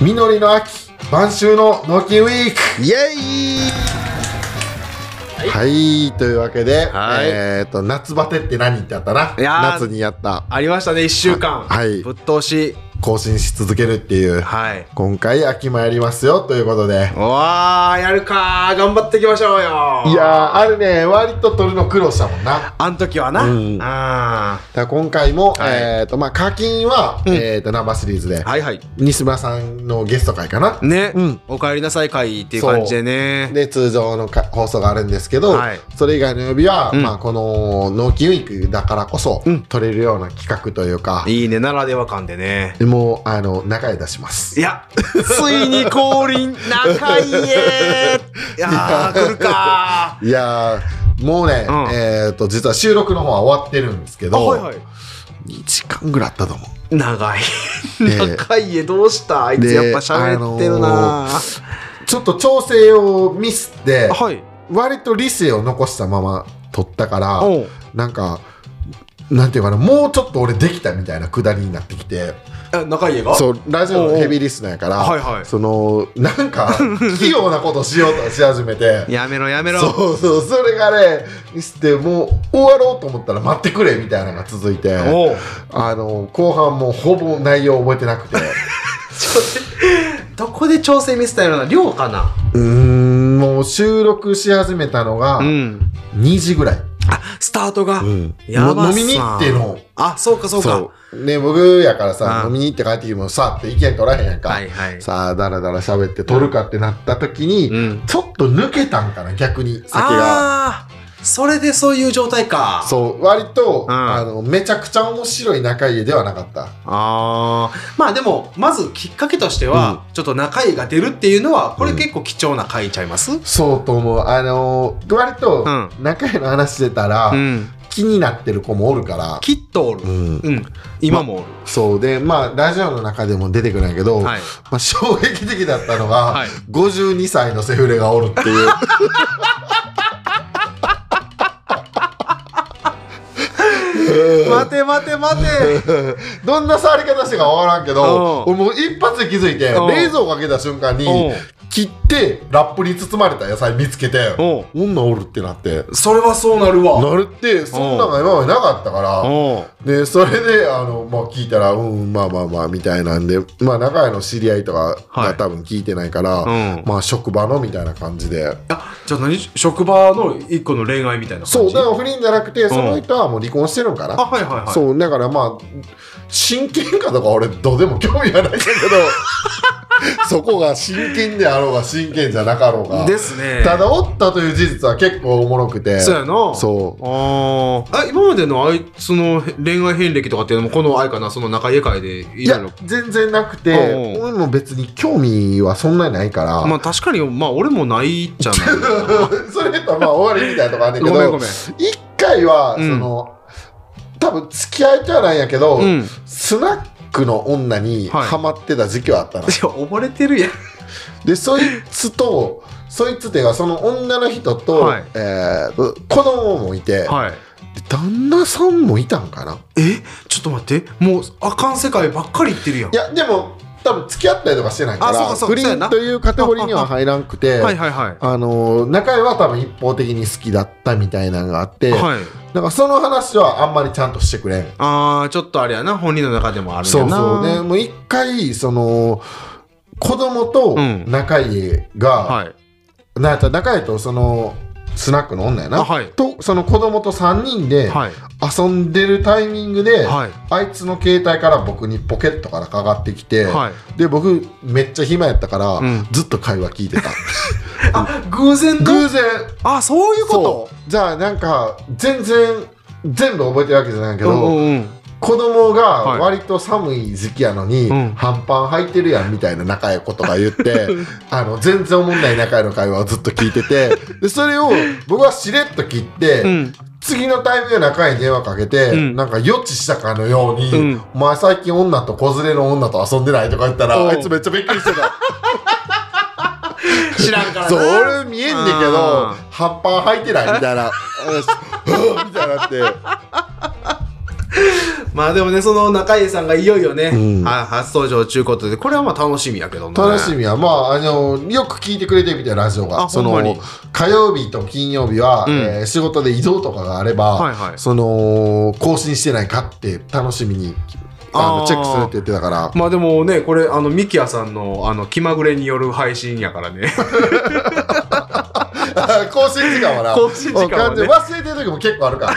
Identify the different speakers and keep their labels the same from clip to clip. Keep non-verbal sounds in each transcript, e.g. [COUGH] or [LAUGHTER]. Speaker 1: 実りの秋晩秋の農機ウィーク
Speaker 2: イエ
Speaker 1: はいというわけで、
Speaker 2: はい
Speaker 1: えっと夏バテって何ってやったない
Speaker 2: やー
Speaker 1: 夏にやった
Speaker 2: ありましたね1週間
Speaker 1: あはい
Speaker 2: ぶっ通し
Speaker 1: 更新し続けるっていう
Speaker 2: はい
Speaker 1: 今回秋もやりますよということで
Speaker 2: うわーやるかー頑張っていきましょうよ
Speaker 1: いやーあるね割と撮るの苦労したもんな
Speaker 2: あん時はな、
Speaker 1: うん
Speaker 2: あ
Speaker 1: だから今回も、
Speaker 2: はい
Speaker 1: えっ、とまあ課金は、
Speaker 2: うん
Speaker 1: えっ、と生シリーズで、
Speaker 2: ーはいはい
Speaker 1: 西村さんのゲスト会かな、
Speaker 2: ね、
Speaker 1: うん
Speaker 2: おかえりなさい会っていう感じでね
Speaker 1: で通常のか放送があるんですけど、
Speaker 2: はい
Speaker 1: それ以外の曜日は、
Speaker 2: うん
Speaker 1: まあ、この納期ウィークだからこそ、
Speaker 2: うん
Speaker 1: 撮れるような企画というか、
Speaker 2: いいねならでは感でね
Speaker 1: でもうあの仲良出します
Speaker 2: いやついに降臨中井へ
Speaker 1: [LAUGHS]
Speaker 2: いやー来るか
Speaker 1: いやーもうね、
Speaker 2: うん
Speaker 1: えっ、と実は収録の方は終わってるんですけ
Speaker 2: ーあ
Speaker 1: ど、
Speaker 2: はいはい
Speaker 1: 2時間ぐらいあったと思う
Speaker 2: 長い
Speaker 1: で
Speaker 2: 中井へどうしたあいつ
Speaker 1: で
Speaker 2: やっぱ喋ってるな
Speaker 1: あのちょっと調整をミスって
Speaker 2: はい
Speaker 1: 割と理性を残したまま撮ったから
Speaker 2: おう
Speaker 1: なんかなんていうかなもうちょっと俺できたみたいなくだりになってきて
Speaker 2: え中井が
Speaker 1: そうラジオのヘビーリスナーやから、
Speaker 2: おうおうはいはい
Speaker 1: そのなんか器用なことしようとし始めて
Speaker 2: やめろやめろ
Speaker 1: そうそうそれがねミスってもう終わろうと思ったら待ってくれみたいなのが続いて
Speaker 2: おう
Speaker 1: あの後半もうほぼ内容覚えてな
Speaker 2: [LAUGHS]
Speaker 1: くて
Speaker 2: どこで調整ミスったような量かな
Speaker 1: うーんもう収録し始めたのが
Speaker 2: ん
Speaker 1: 2時ぐらい、
Speaker 2: あスタートが、やば
Speaker 1: も
Speaker 2: っ
Speaker 1: う飲
Speaker 2: さ
Speaker 1: みに行っての
Speaker 2: あそうかそうか
Speaker 1: そうね僕やからさ
Speaker 2: あ
Speaker 1: 飲みに行って帰ってきてもさって意見取らへんやんか、
Speaker 2: はいはい
Speaker 1: さあだらだら喋って取るかってなった時に、
Speaker 2: うん
Speaker 1: ちょっと抜けたんかな逆に先が
Speaker 2: あーそれでそういう状態か
Speaker 1: そう割と、
Speaker 2: うん
Speaker 1: あのめちゃくちゃ面白い仲家ではなかった
Speaker 2: あーまあでもまずきっかけとしては、ちょっと中居が出るっていうのはこれ結構貴重な回ちゃいますう
Speaker 1: そうと思うあの割と
Speaker 2: うん
Speaker 1: 仲家の話してたら、
Speaker 2: ん
Speaker 1: 気になってる子もおるから、
Speaker 2: きっとおる
Speaker 1: うん
Speaker 2: うん、今もおる、
Speaker 1: そうでまあラジオの中でも出てくるんやけど、
Speaker 2: はい
Speaker 1: まあ、衝撃的だったのが、
Speaker 2: はい
Speaker 1: 52歳のセフレがおるって
Speaker 2: [LAUGHS]
Speaker 1: いう
Speaker 2: 待て待て待て
Speaker 1: どんな触り方してか分からんけど
Speaker 2: う
Speaker 1: 俺
Speaker 2: ん
Speaker 1: もう一発で気づいて
Speaker 2: うん
Speaker 1: 冷蔵庫開けた瞬間に
Speaker 2: うん
Speaker 1: 切ってラップに包まれた野菜見つけて
Speaker 2: お
Speaker 1: 女おるってなって
Speaker 2: それはそうなるわ
Speaker 1: なるってそんなんが今までなかったから
Speaker 2: お
Speaker 1: でそれであの、まあ、聞いたらうんまあまあまあみたいなんでまあ仲屋の知り合いとか
Speaker 2: は
Speaker 1: が
Speaker 2: い
Speaker 1: 多分聞いてないから、
Speaker 2: うん
Speaker 1: まあ職場のみたいな感じで
Speaker 2: あじゃあ何職場の一個の恋愛みたいな感じ
Speaker 1: そうだから不倫じゃなくてその人はもう離婚してるんかな
Speaker 2: あはいはいはい
Speaker 1: そうだからまあ真剣かとか俺どうでも興味はないんだけど
Speaker 2: [LAUGHS]
Speaker 1: そこが真剣であろうが真剣じゃなかろうが
Speaker 2: ですね
Speaker 1: ただおったという事実は結構おもろくて
Speaker 2: そうやな
Speaker 1: そう
Speaker 2: あーあ今までのあいつの恋愛遍歴とかっていうのもこの愛かなその中家会でい
Speaker 1: いや
Speaker 2: ろいろ
Speaker 1: 全然なくて
Speaker 2: おう
Speaker 1: 俺も別に興味はそんなにないから、
Speaker 2: まあ確かにまあ俺もないっちゃない
Speaker 1: [LAUGHS] それとまあ終わりみたいなとこあるんだ
Speaker 2: ご
Speaker 1: け
Speaker 2: めんご
Speaker 1: ど
Speaker 2: めん
Speaker 1: 一回は
Speaker 2: う
Speaker 1: そ
Speaker 2: ん
Speaker 1: の、多分付き合いとはないんやけど、
Speaker 2: うん
Speaker 1: スナックの女に
Speaker 2: はい
Speaker 1: ハマってた時期はあ
Speaker 2: [LAUGHS]
Speaker 1: ったの、
Speaker 2: いや溺れてるやん
Speaker 1: でそいつとそいつっていうかその女の人と、
Speaker 2: はい
Speaker 1: えーと子供もいて、
Speaker 2: はい
Speaker 1: で旦那さんもいたんかな
Speaker 2: えちょっと待ってもうあかん世界ばっかり言ってるやん
Speaker 1: いやでも多分付き合ったりとかしてないか
Speaker 2: あそう
Speaker 1: ら
Speaker 2: かそう
Speaker 1: 不
Speaker 2: かそうや
Speaker 1: 倫
Speaker 2: な
Speaker 1: というカテゴリーには入らんくて
Speaker 2: はいはいはい
Speaker 1: あの中居は多分一方的に好きだったみたいなのがあって、
Speaker 2: はい
Speaker 1: なんかその話はあんまりちゃんとしてくれん
Speaker 2: あーちょっとあれやな本人の中でもあるん
Speaker 1: そ
Speaker 2: や
Speaker 1: う
Speaker 2: な
Speaker 1: そうねもう一回その子供と
Speaker 2: うん
Speaker 1: 仲居が、
Speaker 2: はい
Speaker 1: なんやったら仲居とそのスナックの女やな、
Speaker 2: あはい
Speaker 1: とその子供と3人で
Speaker 2: はい
Speaker 1: 遊んでるタイミングで、
Speaker 2: はい
Speaker 1: あいつの携帯から僕にポケットからかかってきて、
Speaker 2: はい
Speaker 1: で僕めっちゃ暇やったから、
Speaker 2: うん
Speaker 1: ずっと会話聞い
Speaker 2: [LAUGHS]
Speaker 1: てた
Speaker 2: あ偶然だ
Speaker 1: 偶然
Speaker 2: あそういうこ
Speaker 1: そうじゃあなんか全然全部覚えてるわけじゃないけ
Speaker 2: と
Speaker 1: ど、
Speaker 2: うんうんうん
Speaker 1: 子供が
Speaker 2: はい
Speaker 1: 割と寒い時期やのに、
Speaker 2: うん
Speaker 1: 半パン履いてるやんみたいな仲良いことが言って
Speaker 2: [LAUGHS]
Speaker 1: あの全然おもんない仲良いの会話をずっと聞いて
Speaker 2: [LAUGHS]
Speaker 1: てでそれを僕はしれっと切って、
Speaker 2: うん
Speaker 1: 次のタイミングで仲良いに電話かけて、
Speaker 2: うん
Speaker 1: なんか予知したかのように、
Speaker 2: うん
Speaker 1: お前最近女と子連れの女と遊んでないとか言ったら、
Speaker 2: おう
Speaker 1: あいつめっちゃびっくりして
Speaker 2: [LAUGHS]
Speaker 1: た。
Speaker 2: 知らんからな
Speaker 1: そう俺見えんねんけど
Speaker 2: あ
Speaker 1: [LAUGHS] 半パン履いてないみたいなうんみたいになって
Speaker 2: まあでもね、その中井さんがいよいよね、
Speaker 1: うん
Speaker 2: はい初登場中ことで、これはまあ楽しみやけどね。
Speaker 1: 楽しみは、まあ、あの、よく聞いてくれてるみたいなラジオ
Speaker 2: あ
Speaker 1: が、そ
Speaker 2: ほんまに
Speaker 1: の、火曜日と金曜日は、
Speaker 2: うん
Speaker 1: えー仕事で移動とかがあれば、
Speaker 2: はいはい
Speaker 1: その、更新してないかって楽しみに、あ
Speaker 2: あー
Speaker 1: のチェックするって言ってたから、 [LAUGHS]
Speaker 2: まあでもね、これ、あの、ミキヤさんの、あの、気まぐれによる配信やからね。
Speaker 1: 更新時間はな、
Speaker 2: 更新時間は
Speaker 1: 完
Speaker 2: ね
Speaker 1: 全に忘れてる時も結構ある [LAUGHS] から。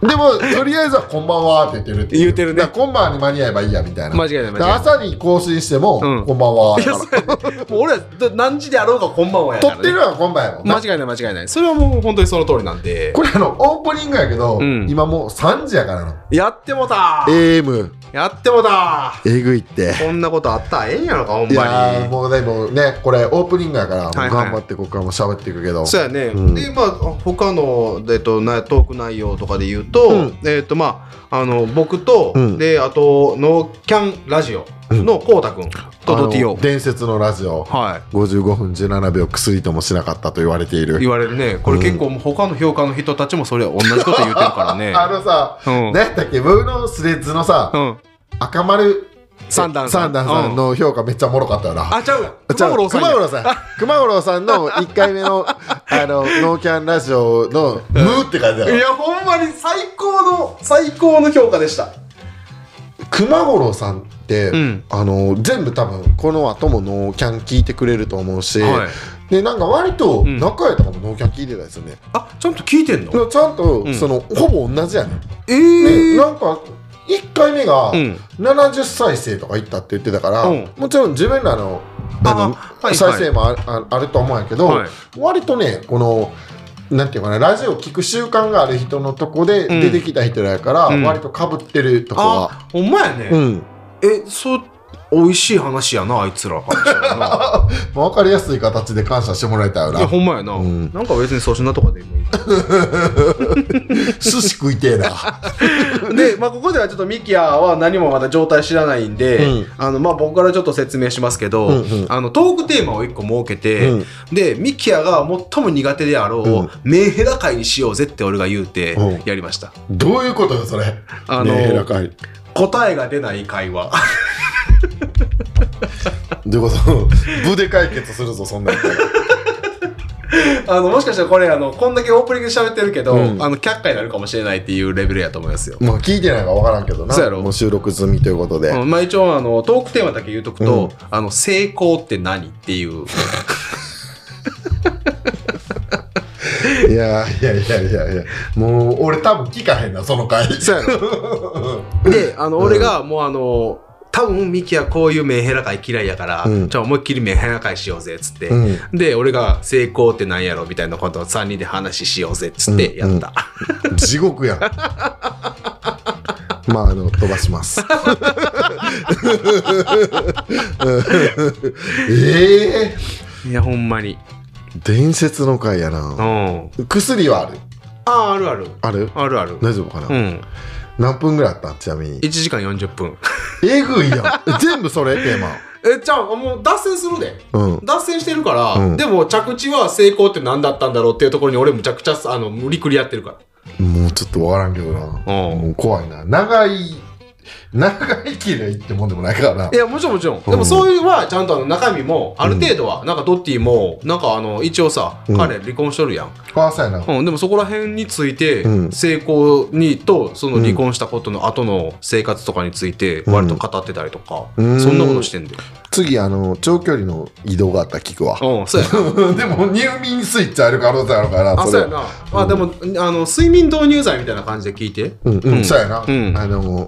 Speaker 1: でも、とりあえずはこんばんはって言ってるっていう
Speaker 2: 言ってるね
Speaker 1: だから今晩に間に合えばいいやみたいな。
Speaker 2: [LAUGHS] 間違いない
Speaker 1: だ
Speaker 2: 間違いない
Speaker 1: から朝に更新しても、
Speaker 2: うん
Speaker 1: こんばんはだ
Speaker 2: いや、
Speaker 1: か。
Speaker 2: そうやねもう俺ら、ど何時であろうがこんばんはやからら、
Speaker 1: 撮
Speaker 2: ね。
Speaker 1: ってるのはこんばんやもんな
Speaker 2: 間違いない間違いない。それはもう本当にその通りなんで。
Speaker 1: これあのオープニングやけど、
Speaker 2: うん
Speaker 1: 今もう3時やからの
Speaker 2: やってもた
Speaker 1: AM
Speaker 2: やってもた
Speaker 1: えぐいって
Speaker 2: こんなことあったらええんやろか、ほん
Speaker 1: い
Speaker 2: ま
Speaker 1: やー
Speaker 2: に。
Speaker 1: もうねもうねこれオープニングやからもう
Speaker 2: はいはい
Speaker 1: 頑張ってここからも喋っていくけど、
Speaker 2: そうやね、
Speaker 1: うん
Speaker 2: でまあ他の、えっと、なトーク内容とかで言うと,、
Speaker 1: うん
Speaker 2: えっとまあ、あの僕と、
Speaker 1: うん
Speaker 2: であとノーキャンラジオのこうたくんと
Speaker 1: あの
Speaker 2: ドティオ、
Speaker 1: 伝説のラジオ
Speaker 2: は
Speaker 1: 55分17秒薬ともしなかったと言われてい
Speaker 2: い、
Speaker 1: る
Speaker 2: 言われるねこれ結構もう他の評価の人たちもそれ同じこと言ってるから [LAUGHS] ね
Speaker 1: あのさ、
Speaker 2: うん、
Speaker 1: 何やったっけムーのスレッズのさ、
Speaker 2: うん、
Speaker 1: 赤丸
Speaker 2: 三段
Speaker 1: 三段さんの評価めっちゃおもろかったよな、
Speaker 2: あちゃうやん
Speaker 1: じゃあ
Speaker 2: 熊五郎さ
Speaker 1: 熊
Speaker 2: んや
Speaker 1: 五郎さん
Speaker 2: [LAUGHS]
Speaker 1: 熊五郎さんの1回目のあのノーキャンラジオの「ムー」って書いてある
Speaker 2: いやほんまに最高の最高の評価でした
Speaker 1: 熊五郎さんって、
Speaker 2: うん
Speaker 1: あの全部多分この後もノーキャン聞いてくれると思うし、
Speaker 2: はい
Speaker 1: でなんか割と
Speaker 2: うん
Speaker 1: 仲良いとかもノーキャン聞いてたですよね、
Speaker 2: あちゃんと聞いてんの
Speaker 1: でもちゃんと、
Speaker 2: うん
Speaker 1: そのほぼ同じやねん、
Speaker 2: え
Speaker 1: で
Speaker 2: ー、
Speaker 1: なんか1回目が
Speaker 2: うん
Speaker 1: 70再生とかいったって言ってたから、
Speaker 2: うん
Speaker 1: もちろん自分らの
Speaker 2: あ
Speaker 1: あの
Speaker 2: はいはい
Speaker 1: 再生もあああると思うんやけど、
Speaker 2: はい
Speaker 1: 割とねこのなんていうかなラジオ聞く習慣がある人のとこで
Speaker 2: うん
Speaker 1: 出てきた人らやから、
Speaker 2: うん
Speaker 1: 割とかぶってるとこは、
Speaker 2: あほんまやね、
Speaker 1: うん、
Speaker 2: えそう美味しい話やなあいつ [LAUGHS] らからしたらな
Speaker 1: まあ、分かりやすい形で感謝してもらえたよ
Speaker 2: いや
Speaker 1: な
Speaker 2: ほんまやな、
Speaker 1: うん
Speaker 2: なんか別に粗品とかでもいい
Speaker 1: 寿司食いてえな
Speaker 2: [LAUGHS] で、まあ、ここではちょっとミキヤは何もまだ状態知らないんで、
Speaker 1: うん
Speaker 2: あのまあ、僕からちょっと説明しますけど、
Speaker 1: うんうん
Speaker 2: あのトークテーマを1個設けて、
Speaker 1: うん
Speaker 2: でミキヤが最も苦手であろう、
Speaker 1: うん
Speaker 2: メンヘラ会にしようぜって俺が言うて
Speaker 1: うん
Speaker 2: やりました、
Speaker 1: どういうことよそれ
Speaker 2: あの
Speaker 1: ねえらかい
Speaker 2: 答えが出ない会話 [LAUGHS]
Speaker 1: どういうこと [LAUGHS] 部で解決するぞそんなん
Speaker 2: [LAUGHS]
Speaker 1: やったら
Speaker 2: あのもしかしたらこれあのこんだけオープニングで喋ってるけど、
Speaker 1: うん
Speaker 2: あの却下になるかもしれないっていうレベルやと思いますよ
Speaker 1: もう聞いてないから分からんけどな
Speaker 2: そうやろ
Speaker 1: もう収録済みということで、
Speaker 2: うんまあ、一応あのトークテーマだけ言うとくと、
Speaker 1: うん
Speaker 2: あの成功って何っていう
Speaker 1: いやいやいやいやいやもう俺多分聞かへんなその回
Speaker 2: そうやであの俺がもうあの多分ミキはこういうメンヘラ会嫌いやから、
Speaker 1: うん
Speaker 2: じゃあ思いっきりメンヘラ会しようぜっつっ
Speaker 1: [LAUGHS]
Speaker 2: て、
Speaker 1: うん
Speaker 2: で俺が成功って何やろみたいなことを3人で話ししようぜっつってやった、
Speaker 1: うんうん地獄
Speaker 2: [LAUGHS]
Speaker 1: やんまああの飛ばします [LAUGHS] ええ
Speaker 2: いやほんまに
Speaker 1: 伝説の回や
Speaker 2: うん
Speaker 1: な
Speaker 2: あ
Speaker 1: 薬はある
Speaker 2: ああるある
Speaker 1: ある
Speaker 2: あるある
Speaker 1: 大丈夫かな、
Speaker 2: うん
Speaker 1: 何分ぐらいあったんちなみに
Speaker 2: 1時間40分 [LAUGHS]
Speaker 1: えぐいやん全部それテーマ
Speaker 2: えじゃあもう脱線するで
Speaker 1: うん
Speaker 2: 脱線してるから、
Speaker 1: うん
Speaker 2: でも着地は成功って何だったんだろうっていうところに俺むちゃくちゃあの無理くりやってるか
Speaker 1: もうちょっとわからんけどな、
Speaker 2: ん
Speaker 1: もう怖いな長い長いきれいってもんでもないからない
Speaker 2: やもちろんもちろん
Speaker 1: うん
Speaker 2: でもそういうのはちゃんとあの中身もある程度は、なんかドッティもなんかあの一応さ、
Speaker 1: うん
Speaker 2: 彼離婚しとるやん、
Speaker 1: 怖さやな
Speaker 2: うん、でもそこら辺について、
Speaker 1: うん
Speaker 2: 成功にとその離婚したことの後の生活とかについて
Speaker 1: ん
Speaker 2: 割と語ってたりとか、
Speaker 1: うん
Speaker 2: そんなことしてんだよ、
Speaker 1: 次あの長距離の移動があったら聞くわ
Speaker 2: うん、
Speaker 1: [LAUGHS]
Speaker 2: そうやな
Speaker 1: でも入眠スイッチある可能性あるから
Speaker 2: あ
Speaker 1: そ
Speaker 2: そ
Speaker 1: れ
Speaker 2: うやな、あでもあの睡眠導入剤みたいな感じで聞い
Speaker 1: [LAUGHS]
Speaker 2: て
Speaker 1: うんうん、
Speaker 2: うん
Speaker 1: そうやな、
Speaker 2: うん
Speaker 1: あの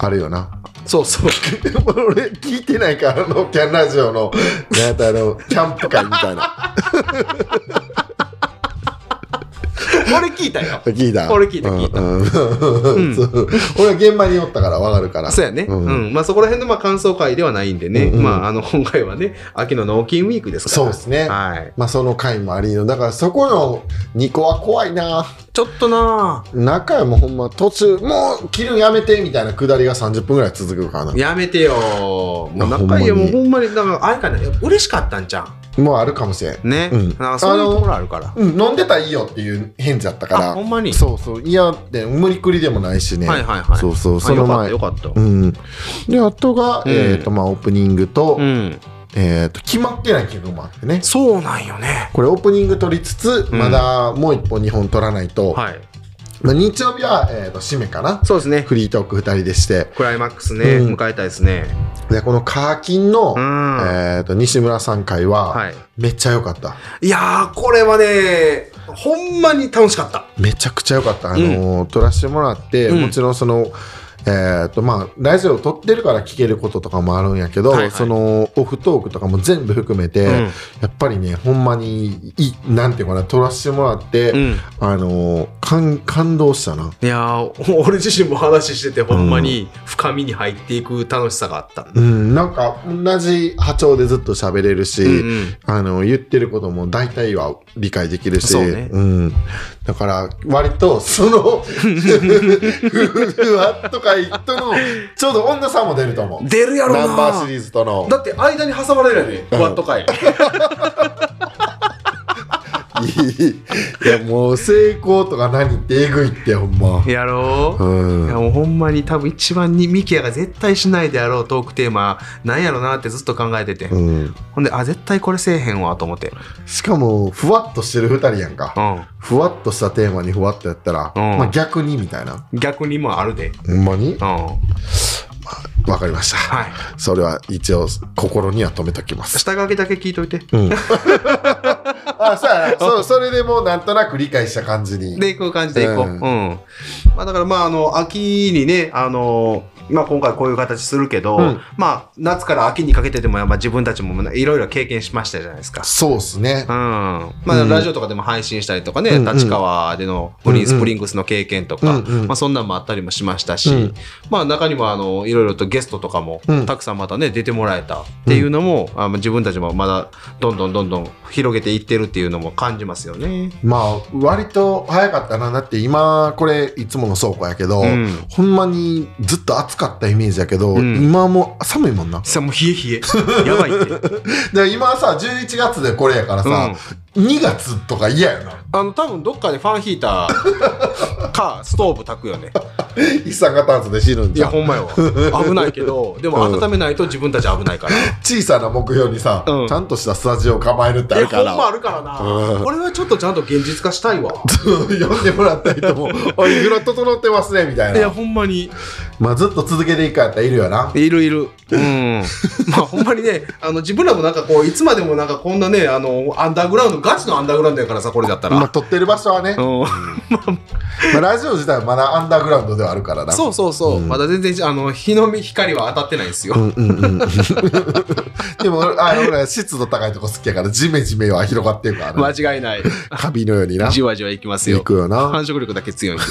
Speaker 1: あれよな [LAUGHS]
Speaker 2: そうそう
Speaker 1: 俺聞いてないからあのキャンラジオのなんかあのキャンプ会みたいな
Speaker 2: 俺聞い
Speaker 1: [LAUGHS]
Speaker 2: たよ
Speaker 1: 聞いた
Speaker 2: 俺聞いた聞いた
Speaker 1: うんうん [LAUGHS] そう俺は現場におったからわかるから
Speaker 2: そうやね。うん。まあそこら辺のまあ感想会ではないんでね。
Speaker 1: うんうん
Speaker 2: まああの今回はね、秋の納金ウィークですから。
Speaker 1: そうですね
Speaker 2: はい。
Speaker 1: まあその回もありのだからそこの2個は怖いな
Speaker 2: ちょっとな
Speaker 1: 中はもうほんま途中もう切るのやめてみたいな下りが30分ぐらい続くからな
Speaker 2: ぁやめてよもう
Speaker 1: あほん
Speaker 2: 中
Speaker 1: ま
Speaker 2: 井
Speaker 1: に
Speaker 2: はもうほんまに、だからあれかね、嬉しかったんじゃん。
Speaker 1: もうあるかもしれん。
Speaker 2: ね、
Speaker 1: うん
Speaker 2: なんかそういうところあるから
Speaker 1: うん、飲んでたらいいよっていう返事だったか
Speaker 2: あ
Speaker 1: ら
Speaker 2: ほ。んまに
Speaker 1: そうそう。いや、で無理くりでもないしね。
Speaker 2: はいはいはい
Speaker 1: そうそう。
Speaker 2: あ
Speaker 1: その前。
Speaker 2: よかったよか
Speaker 1: う
Speaker 2: っ
Speaker 1: ん。で、あとが、
Speaker 2: うん
Speaker 1: えっ、と、まあ、オープニングと、
Speaker 2: た、うん、
Speaker 1: えっ、と、決まってない曲もあってね。
Speaker 2: そうなんよね
Speaker 1: これオープニング撮りつつ、
Speaker 2: うん
Speaker 1: まだもう一本二本撮らないと、
Speaker 2: はい
Speaker 1: まあ、日曜日は、えー、と締めかな
Speaker 2: そうですね
Speaker 1: フリートーク2人でして
Speaker 2: クライマックスね、
Speaker 1: うん
Speaker 2: 迎えたいですね
Speaker 1: でこのカーキンの、
Speaker 2: うん
Speaker 1: えー、と西村さん会は、
Speaker 2: はい
Speaker 1: めっちゃ良かった
Speaker 2: いやーこれはねほんまに楽しかった
Speaker 1: めちゃくちゃ良かった、あのー撮らせてもらって、
Speaker 2: うん
Speaker 1: もちろんそのえーとまあ、ラジオを撮ってるから聞けることとかもあるんやけど、
Speaker 2: はいはい
Speaker 1: そのオフトークとかも全部含めて、やっぱりねほんまにいいなんていうかな撮らせてもらって、
Speaker 2: うん、うん
Speaker 1: あのー感感動したない
Speaker 2: やーお俺自身も話しててほんまに深みに入っていく楽しさがあった、
Speaker 1: うん、なんか同じ波長でずっと喋れるし、
Speaker 2: うんうん
Speaker 1: あの言ってることも大体は理解できるし
Speaker 2: そうね
Speaker 1: ん、だから割とそのふわっとかいとのちょうど温度差も出ると思う
Speaker 2: 出るやろうな
Speaker 1: ナンバーシリーズとの
Speaker 2: だって間に挟まれるやね
Speaker 1: うん
Speaker 2: クワット会
Speaker 1: いいいやもう成功とか何ってえぐいってほんま、
Speaker 2: [LAUGHS] やろう、
Speaker 1: うん、
Speaker 2: いやもうほんまに多分一番にミキヤが絶対しないであろうトークテーマなんやろなってずっと考えてて、
Speaker 1: うん、
Speaker 2: ほんであ絶対これせえへんわと思って
Speaker 1: しかもふわっとしてる2人やんか
Speaker 2: う
Speaker 1: ふわっとしたテーマにふわっとやったら、
Speaker 2: うん
Speaker 1: まあ、逆にみたいなん
Speaker 2: 逆にもあるで
Speaker 1: ほんまに
Speaker 2: うんは
Speaker 1: わかりました
Speaker 2: い
Speaker 1: それは一応心には留めときます。
Speaker 2: 下書きだけ聞いといて
Speaker 1: うん、 [LAUGHS] あそうやなそうそれでもうなんとなく理解した感じに。
Speaker 2: でこういう感じでい
Speaker 1: う
Speaker 2: こう、うんんまあ、だからまああの秋にねあの、まあ、今回こういう形するけど、
Speaker 1: うん
Speaker 2: まあ、夏から秋にかけてでもやっぱ自分たちもいろいろ経験しましたじゃないですか。
Speaker 1: そうっすね
Speaker 2: うん。まあ、
Speaker 1: うん
Speaker 2: ラジオとかでも配信したりとかね、
Speaker 1: うんうん
Speaker 2: 立川でのグリーンスプリングスの経験とか、
Speaker 1: うんうん
Speaker 2: まあ、そんなんもあったりもしましたし、
Speaker 1: うん
Speaker 2: まあ、中にもあのいろいろとゲストとかも
Speaker 1: うん
Speaker 2: たくさんまたね出てもらえたっていうのも、あ自分たちもまだどんどんどんどん広げていってるっていうのも感じますよね。
Speaker 1: まあ割と早かったなだって今これいつもの倉庫やけど、
Speaker 2: うん
Speaker 1: ほんまにずっと暑かったイメージやけど、
Speaker 2: うん
Speaker 1: 今もう寒いもん [LAUGHS] な。
Speaker 2: さもう冷え冷 [LAUGHS] えやばいって。
Speaker 1: で今さ11月でこれやからさ、2月とか嫌やな。
Speaker 2: あの多分どっかでファンヒーター [LAUGHS] かストーブ炊くよね
Speaker 1: [LAUGHS] 一酸化炭素で死ぬん
Speaker 2: い
Speaker 1: じ
Speaker 2: や
Speaker 1: ゃん。
Speaker 2: ほんまよ [LAUGHS] 危ないけどでも
Speaker 1: うん
Speaker 2: 温めないと自分たち危ないから、
Speaker 1: 小さな目標にさ、
Speaker 2: うん
Speaker 1: ちゃんとしたスタジオを構えるってあ
Speaker 2: いや
Speaker 1: るか
Speaker 2: ほ
Speaker 1: ら。[LAUGHS]
Speaker 2: んまあるからな、
Speaker 1: うん
Speaker 2: これはちょっとちゃんと現実化したいわ
Speaker 1: 読んでもらったりとも [LAUGHS] 「おい風呂整ってますね」みたいな
Speaker 2: ほんまに
Speaker 1: まあずっと続けていくやったらいるよない
Speaker 2: るいるうん
Speaker 1: [LAUGHS]
Speaker 2: まあほんまにねあの自分らもなんかこういつまでもなんかこんなねあのアンダーグラウンドガチのアンダーグラウンドやからさこれだったら、
Speaker 1: まあ撮ってる場所はね、
Speaker 2: うん
Speaker 1: まあ、ラジオ自体はまだアンダーグラウンドではあるからな
Speaker 2: そうそうそう、
Speaker 1: うん
Speaker 2: まだ全然あの日の光は当たってないんですよ、
Speaker 1: うんうんうん [LAUGHS] でもあのほら湿度高いとこ好きやからジメジメは広がってるからね、
Speaker 2: [LAUGHS] 間違いない
Speaker 1: カビのようにな
Speaker 2: じわじわいきます
Speaker 1: 行
Speaker 2: よ
Speaker 1: くよな
Speaker 2: 繁殖力だけ強いんで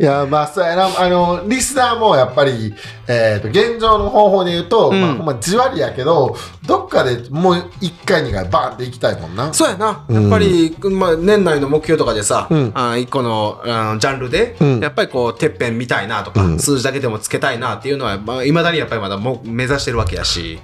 Speaker 1: いやまあそうやなあのリスナーもやっぱり、えー、と現状の方法で言うと、
Speaker 2: うん
Speaker 1: まあ、ほんまじわりやけどどっかでもう1回2回バーンって行きたいもんな
Speaker 2: そうやな、
Speaker 1: うん
Speaker 2: やっぱり、まあ、年内の目標とかでさ、
Speaker 1: うん
Speaker 2: あ一個のあのジャンルで、
Speaker 1: うん
Speaker 2: やっぱりこうてっぺん見たいなとか、
Speaker 1: うん
Speaker 2: 数字だけでもつけたいなっていうのは、まあ、未だにやっぱりまだもう目指してるわけやし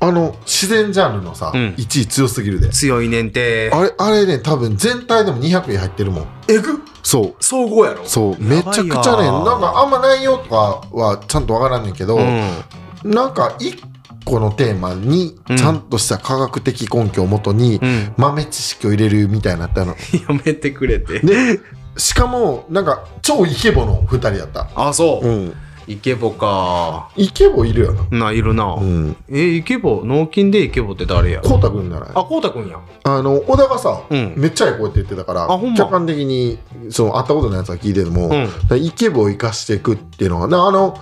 Speaker 1: あの自然ジャンルのさ、
Speaker 2: うん
Speaker 1: 1位強すぎるで
Speaker 2: 強いねんて
Speaker 1: あれ、あれね、多分全体でも200位入ってるもん。
Speaker 2: えぐ
Speaker 1: そ
Speaker 2: 総合やろ
Speaker 1: う。そう。め
Speaker 2: や
Speaker 1: ちゃ
Speaker 2: ば
Speaker 1: く
Speaker 2: い
Speaker 1: ちゃ
Speaker 2: わ
Speaker 1: ね、なんかあんま内容とかはちゃんとわからんねんけど、
Speaker 2: うん
Speaker 1: なんか一個のテーマに
Speaker 2: うん
Speaker 1: ちゃんとした科学的根拠をもとに、
Speaker 2: うん、 [LAUGHS]
Speaker 1: 豆知識を入れるみたいになったの。
Speaker 2: やめてくれて [LAUGHS]
Speaker 1: で、しかも、なんか超イケボの2人やった。
Speaker 2: あそう、
Speaker 1: うん。
Speaker 2: イケボか
Speaker 1: イケボいるよな。
Speaker 2: ないるな、
Speaker 1: うん。
Speaker 2: えイケボ脳筋でイケボって誰や
Speaker 1: こうたくんじゃない
Speaker 2: あこうたくんや
Speaker 1: あの、小田がさ、
Speaker 2: うん
Speaker 1: めっちゃええ声って言ってたから、
Speaker 2: あほんま
Speaker 1: 客観的に、その、会ったことないやつは聞いてても、
Speaker 2: うん
Speaker 1: イケボを生かしていくっていうのはなあの